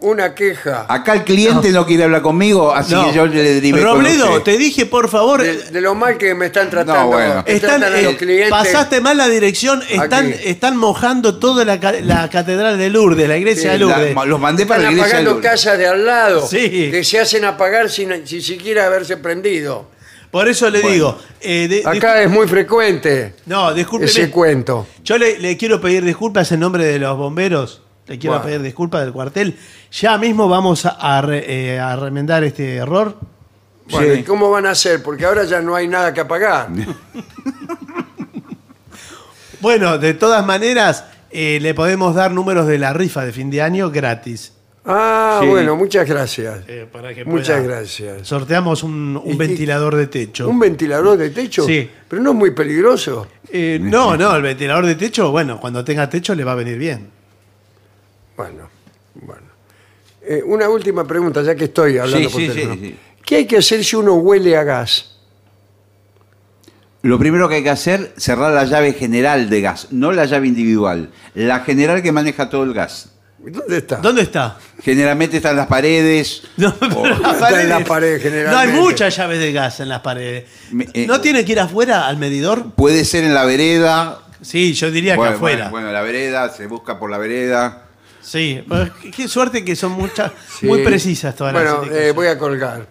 A: una queja
B: Acá el cliente no, quiere hablar conmigo, así
C: No.
B: que yo le derivé con
C: Robledo,
B: usted.
C: te dije, por favor,
A: de, de lo mal que me están tratando.
B: No, bueno.
A: que
C: están,
A: tratan a los
C: eh,
A: clientes.
C: pasaste mal la dirección, están,
A: Aquí.
C: están mojando toda la, ca- la catedral de Lourdes, la iglesia de
B: La-
C: Lourdes.
B: ma- los mandé para
A: Están
B: la iglesia. de
A: apagando
B: Lourdes.
A: casas de al lado
C: Sí.
A: que se hacen apagar sin, sin siquiera haberse prendido.
C: Por eso le digo, eh, de-
A: Acá es muy frecuente
C: discul- no, discúlpeme.
A: ese cuento.
C: Yo le, le quiero pedir disculpas en nombre de los bomberos. Le quiero
A: Bueno.
C: pedir disculpas del cuartel. Ya mismo vamos a, a re- eh, a remendar este error.
A: Bueno,
B: Sí.
A: ¿y cómo van a hacer? Porque ahora ya no hay nada que apagar.
C: Bueno, de todas maneras, eh, le podemos dar números de la rifa de fin de año gratis.
A: Ah,
B: Sí.
A: bueno, muchas gracias.
C: Eh, para que
A: Muchas
C: pueda-
A: gracias.
C: Sorteamos un, un
A: Y- y-
C: ventilador de techo.
A: ¿Un ventilador de techo?
C: Sí.
A: Pero no es muy peligroso.
C: Eh, no, no, el ventilador de techo, bueno, cuando tenga techo le va a venir bien.
A: Bueno, bueno. Eh, una última pregunta, ya que estoy hablando
B: Sí,
A: por
B: sí,
A: teléfono.
B: sí, sí.
A: ¿Qué hay que hacer si uno huele a gas?
B: Lo primero que hay que hacer, cerrar la llave general de gas, no la llave individual, la general que maneja todo el gas.
A: ¿Dónde está?
C: ¿Dónde está?
B: Generalmente están las paredes.
C: No, pero las
A: Ah. Oh, está en
C: paredes-
A: la pared, generalmente.
C: No hay muchas llaves de gas en las paredes.
B: Me- eh,
C: ¿No tiene que ir afuera al medidor?
B: Puede ser en la vereda.
C: Sí, yo diría que
B: Bueno,
C: afuera.
B: bueno, bueno, la vereda, se busca por la vereda.
C: Sí, pero qué- qué suerte que son muchas,
A: Sí.
C: muy precisas todas
A: Bueno,
C: las
A: eh,
C: indicaciones.
A: voy a colgar.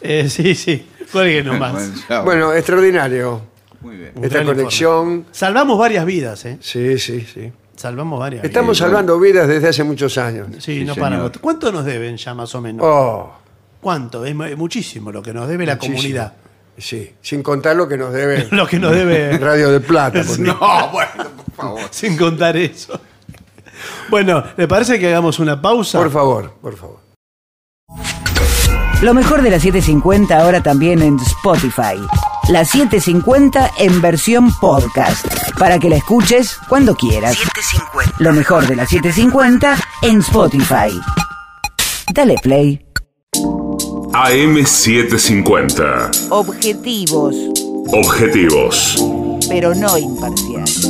C: Eh, sí, sí, cuelgue nomás.
B: Bueno, chao.
A: Bueno, extraordinario.
B: Muy bien.
C: Un
A: Esta
C: gran informe.
A: conexión.
C: Salvamos varias vidas, ¿eh?
A: Sí, sí, sí.
C: Salvamos varias
A: Estamos salvando vidas desde hace muchos años.
C: vidas. Sí,
B: Sí,
C: no
B: señor.
C: paramos. ¿Cuánto nos deben ya más o menos?
A: Oh,
C: ¿Cuánto? Es mu- es muchísimo lo que nos debe la
A: Muchísimo.
C: comunidad.
A: sí. Sin contar lo que nos debe
C: Lo que nos debe
A: Radio de Plata. por
C: No, bueno, por favor. Sin contar eso. Bueno, ¿le parece que hagamos una pausa?
A: Por favor, por favor.
D: Lo mejor de la 750 ahora también en Spotify. La 750 en versión podcast. Para que la escuches cuando quieras. Lo mejor de la 750 en Spotify. Dale play.
H: AM750.
D: Objetivos,
H: Objetivos,
D: pero no imparciales.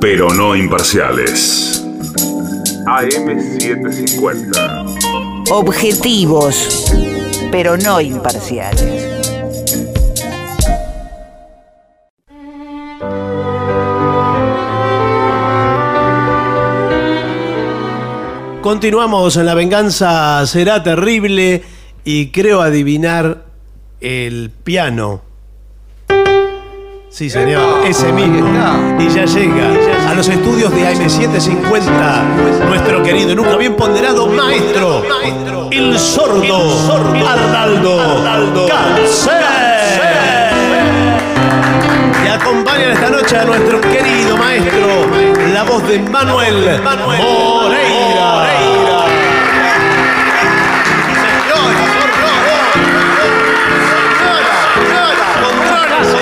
H: pero no imparciales. AM750.
D: Objetivos, pero no imparciales.
C: Continuamos en La Venganza Será Terrible y creo adivinar el piano. Sí, señor, ese mismo. Y ya llega a los estudios de AM750 nuestro querido y nunca bien ponderado maestro, el sordo Arnaldo Cancel. Y acompañan esta noche a nuestro querido maestro, la voz de Manuel Moreira.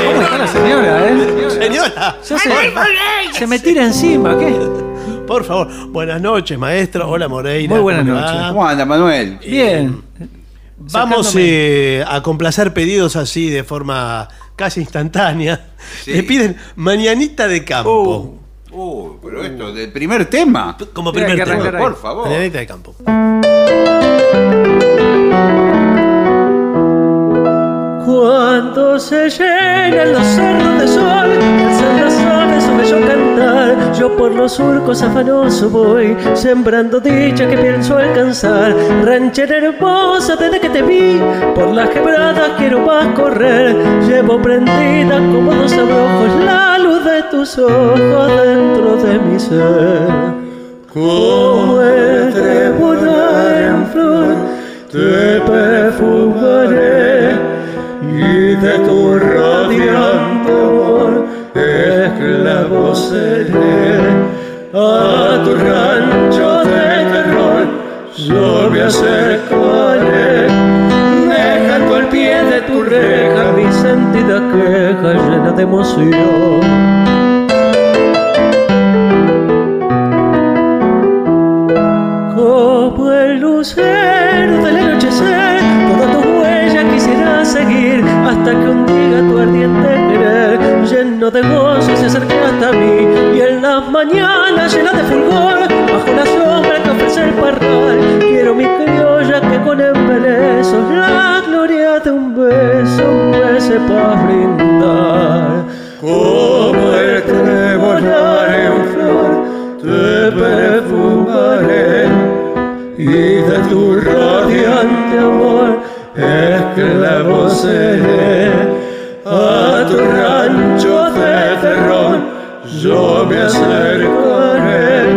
I: ¿Cómo está la señora, eh?
C: Señora,
I: Ya se, se me tira encima, ¿qué?
C: por favor, buenas noches, maestro. Hola, Moreira.
I: Muy buenas
C: ¿cómo le
I: noches.
C: va?
B: ¿Cómo anda, Manuel?
I: Bien.
B: Eh,
C: Vamos
I: Sacándome.
C: eh, a complacer pedidos así de forma casi instantánea.
B: Sí.
C: Le piden mañanita de campo.
B: Uh, pero esto, del primer tema.
C: Como
I: Mira,
C: primer
I: hay que
C: tema.
I: arrancar ahí.
B: Por favor.
C: Mañanita de campo.
I: Cuando se llenan los cerros de sol, alzan las aves su bello cantar. Yo por los surcos afanoso voy, sembrando dicha que pienso alcanzar. Ranchera hermosa, desde que te vi, por las quebradas quiero más correr. Llevo prendida como dos abrojos la luz de tus ojos dentro de mi ser. Como el trébol en flor, te perfumaré y de tu radiante amor esclavo seré. A tu rancho de terror yo me acercaré. Deja vida queja llena de emoción. Como el lucero del anochecer, todas tus huellas quisiera seguir hasta que un día tu ardiente querer, lleno de gozo, se acercó hasta mí y en las mañanas llena de fulgor, bajo la sombra que ofrece el parral, quiero mi criolla que con embelezos la gloria de un beso me sepa brindar. Como el trébol en flor te perfumaré y de tu radiante amor esclavo seré. A tu rancho de terror yo me acercaré,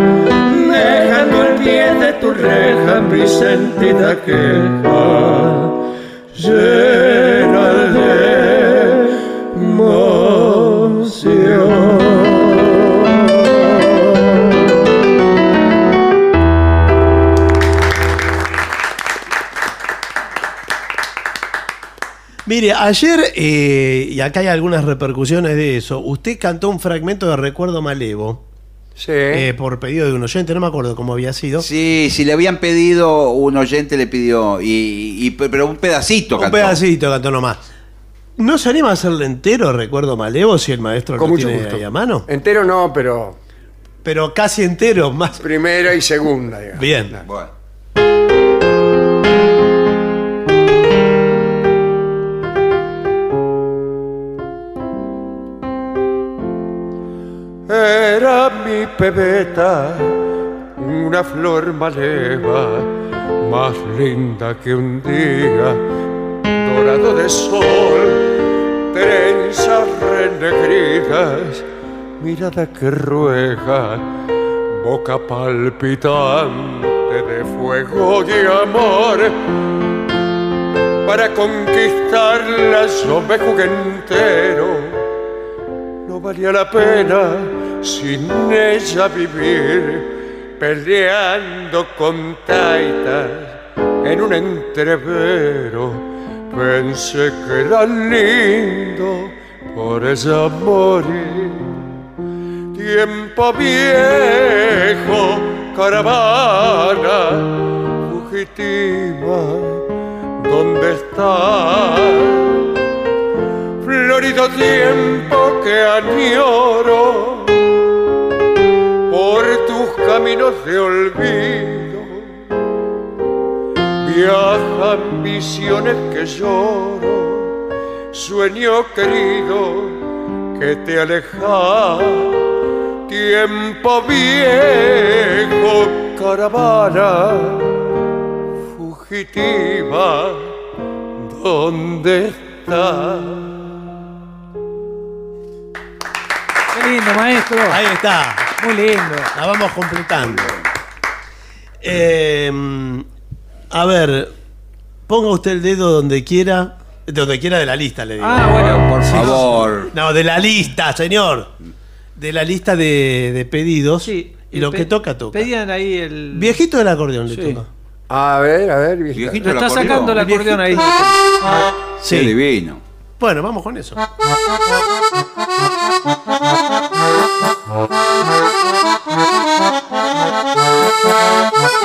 I: dejando al pie de tu reja mi sentida queja llena de emoción.
C: Mire, ayer, eh, y acá hay algunas repercusiones de eso, usted cantó un fragmento de Recuerdo Malevo. eh, por pedido de un oyente, no me acuerdo cómo había sido.
B: Sí, si le habían pedido, un oyente le pidió, y, y- pero un pedacito
C: Un
B: cantó.
C: pedacito cantó nomás. ¿No se anima a hacerle entero Recuerdo Malevo si el maestro
B: Con
C: lo
B: mucho
C: tiene
B: gusto. Eh.
C: ahí a mano?
E: Entero no, pero...
C: Pero casi entero, más...
E: Primera y segunda, digamos.
C: Bien.
G: Era mi pebeta, una flor maleva, más linda que un día, dorado de sol, trenzas renegridas, mirada que ruega, boca palpitante de fuego y amor. Para conquistarla yo me jugué entero. No valía la pena sin ella vivir peleando con taitas en un entrevero. Pensé que era lindo por ella morir. Tiempo viejo, caravana fugitiva, ¿dónde estás? florido tiempo que añoro por tus caminos de olvido. Viajan visiones que lloro, sueño querido que te aleja. Tiempo viejo, caravana fugitiva, ¿dónde estás?
J: Qué lindo, maestro.
C: Ahí está.
J: Muy lindo.
C: La vamos completando. Eh, a ver, ponga usted el dedo donde quiera. de Donde quiera de la lista, le digo.
B: Ah, bueno, por favor.
C: No, de la lista, señor. De la lista de, de pedidos. y lo
J: Pe-
C: que toca, toca.
J: Pedían ahí el.
C: Viejito del acordeón le toca.
E: A ver, a ver,
J: Lo está sacando el acordeón ahí. Ah.
C: Sí.
B: divino.
C: Bueno, vamos con eso.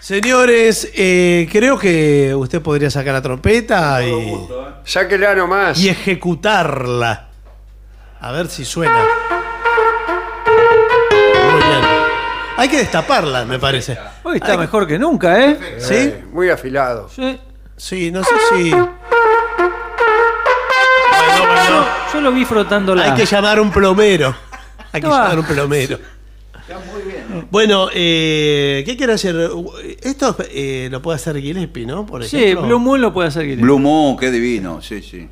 C: Señores, eh, creo que usted podría sacar la trompeta y,
E: Sáquela nomás.
C: y ejecutarla. A ver si suena. Muy bien. Hay que destaparla, me parece.
J: Hoy está mejor que nunca, ¿eh?
C: ¿Sí?
E: Muy afilado.
J: Sí.
C: Sí, no sé si. Bueno, bueno.
E: Yo lo vi frotándola.
C: Hay que llamar a un plomero. Hay que
E: No.
C: llamar a un plomero. Bueno, eh, ¿qué quiere hacer? Esto eh, lo puede hacer Gillespie, ¿no? Por
E: Sí,
C: ejemplo.
E: Blue Moon lo puede hacer Guilherme.
B: Blue Moon, qué divino, sí, sí.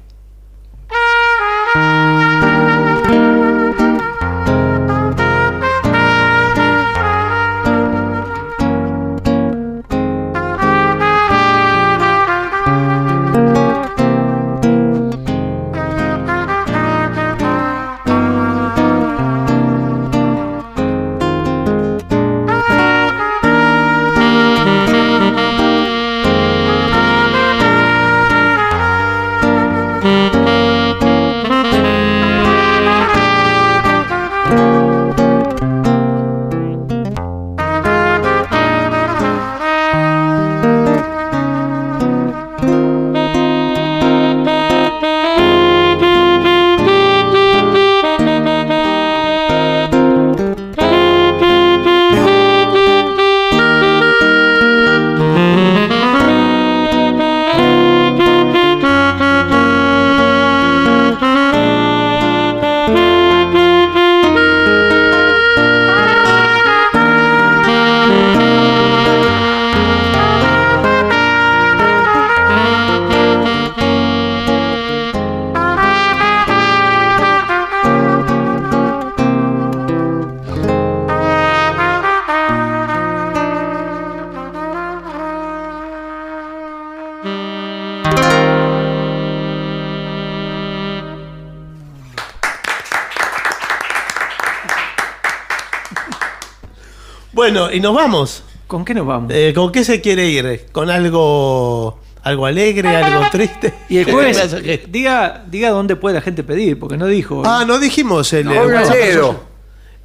C: Bueno, y nos vamos.
E: ¿Con qué nos vamos?
C: Eh, ¿Con qué se quiere ir? ¿Con algo algo alegre, algo triste?
E: Y el jueves, diga, diga dónde puede la gente pedir, porque no dijo.
C: Ah, no dijimos el,
E: No,
C: el
E: el
C: WhatsApp.
E: dedo.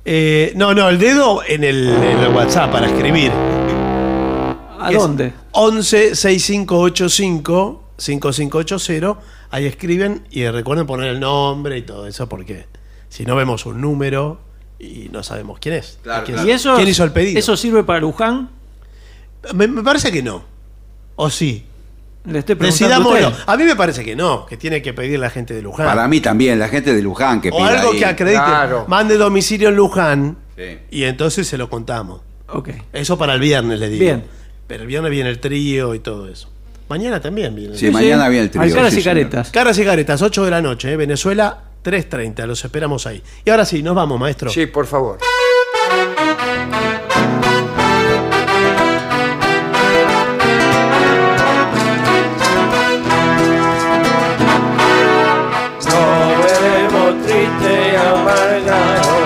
C: Eh, no, no, el dedo en el, en el WhatsApp para escribir.
E: ¿A dónde?
C: 11 6585 5580. Ahí escriben y recuerden poner el nombre y todo eso porque si no vemos un número y no sabemos quién es. quién,
E: ¿Y eso,
C: quién hizo el pedido?
E: ¿Eso sirve para Luján?
C: Me, me parece que no. ¿O sí?
E: Le estoy preguntando. a
C: Decidámoslo.
E: usted.
C: A mí me parece que no, que tiene que pedir la gente de Luján.
B: Para mí también, la gente de Luján que
C: o
B: pida
C: algo
B: ahí.
C: que acredite.
B: Claro.
C: Mande domicilio en Luján
B: Sí.
C: y entonces se lo contamos.
E: Ok.
C: Eso para el viernes, le digo.
E: Bien.
C: Pero el viernes viene el trío y todo eso. Mañana también viene.
B: Sí, Sí, mañana sí. viene el trío,
C: Al
B: sí, señor.
C: Caras y caretas, 8 de la noche, eh, Venezuela, 3.30. Los esperamos ahí. Y ahora sí, nos vamos, maestro.
K: Sí, por favor.
I: Nos veremos triste y amargado.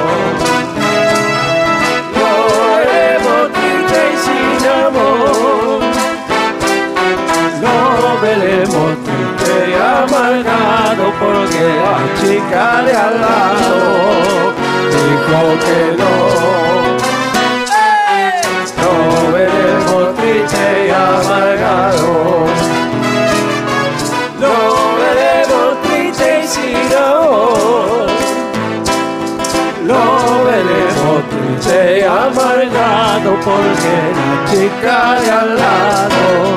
I: Nos veremos triste y sin amor. Nos veremos triste y amargado porque la chica de al lado dijo que no. Nos veremos triste y amargado. Lo veremos triste y sin amor. Lo veremos triste y amargado porque la chica de al lado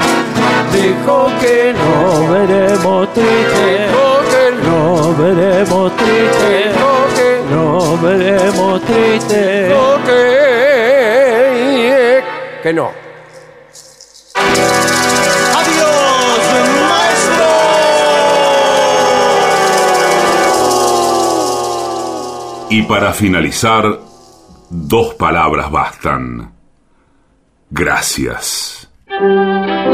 I: dijo que no veremos triste. No veremos triste. No veremos triste.
K: Que no.
H: Y para finalizar, dos palabras bastan. Gracias.
I: Thank you.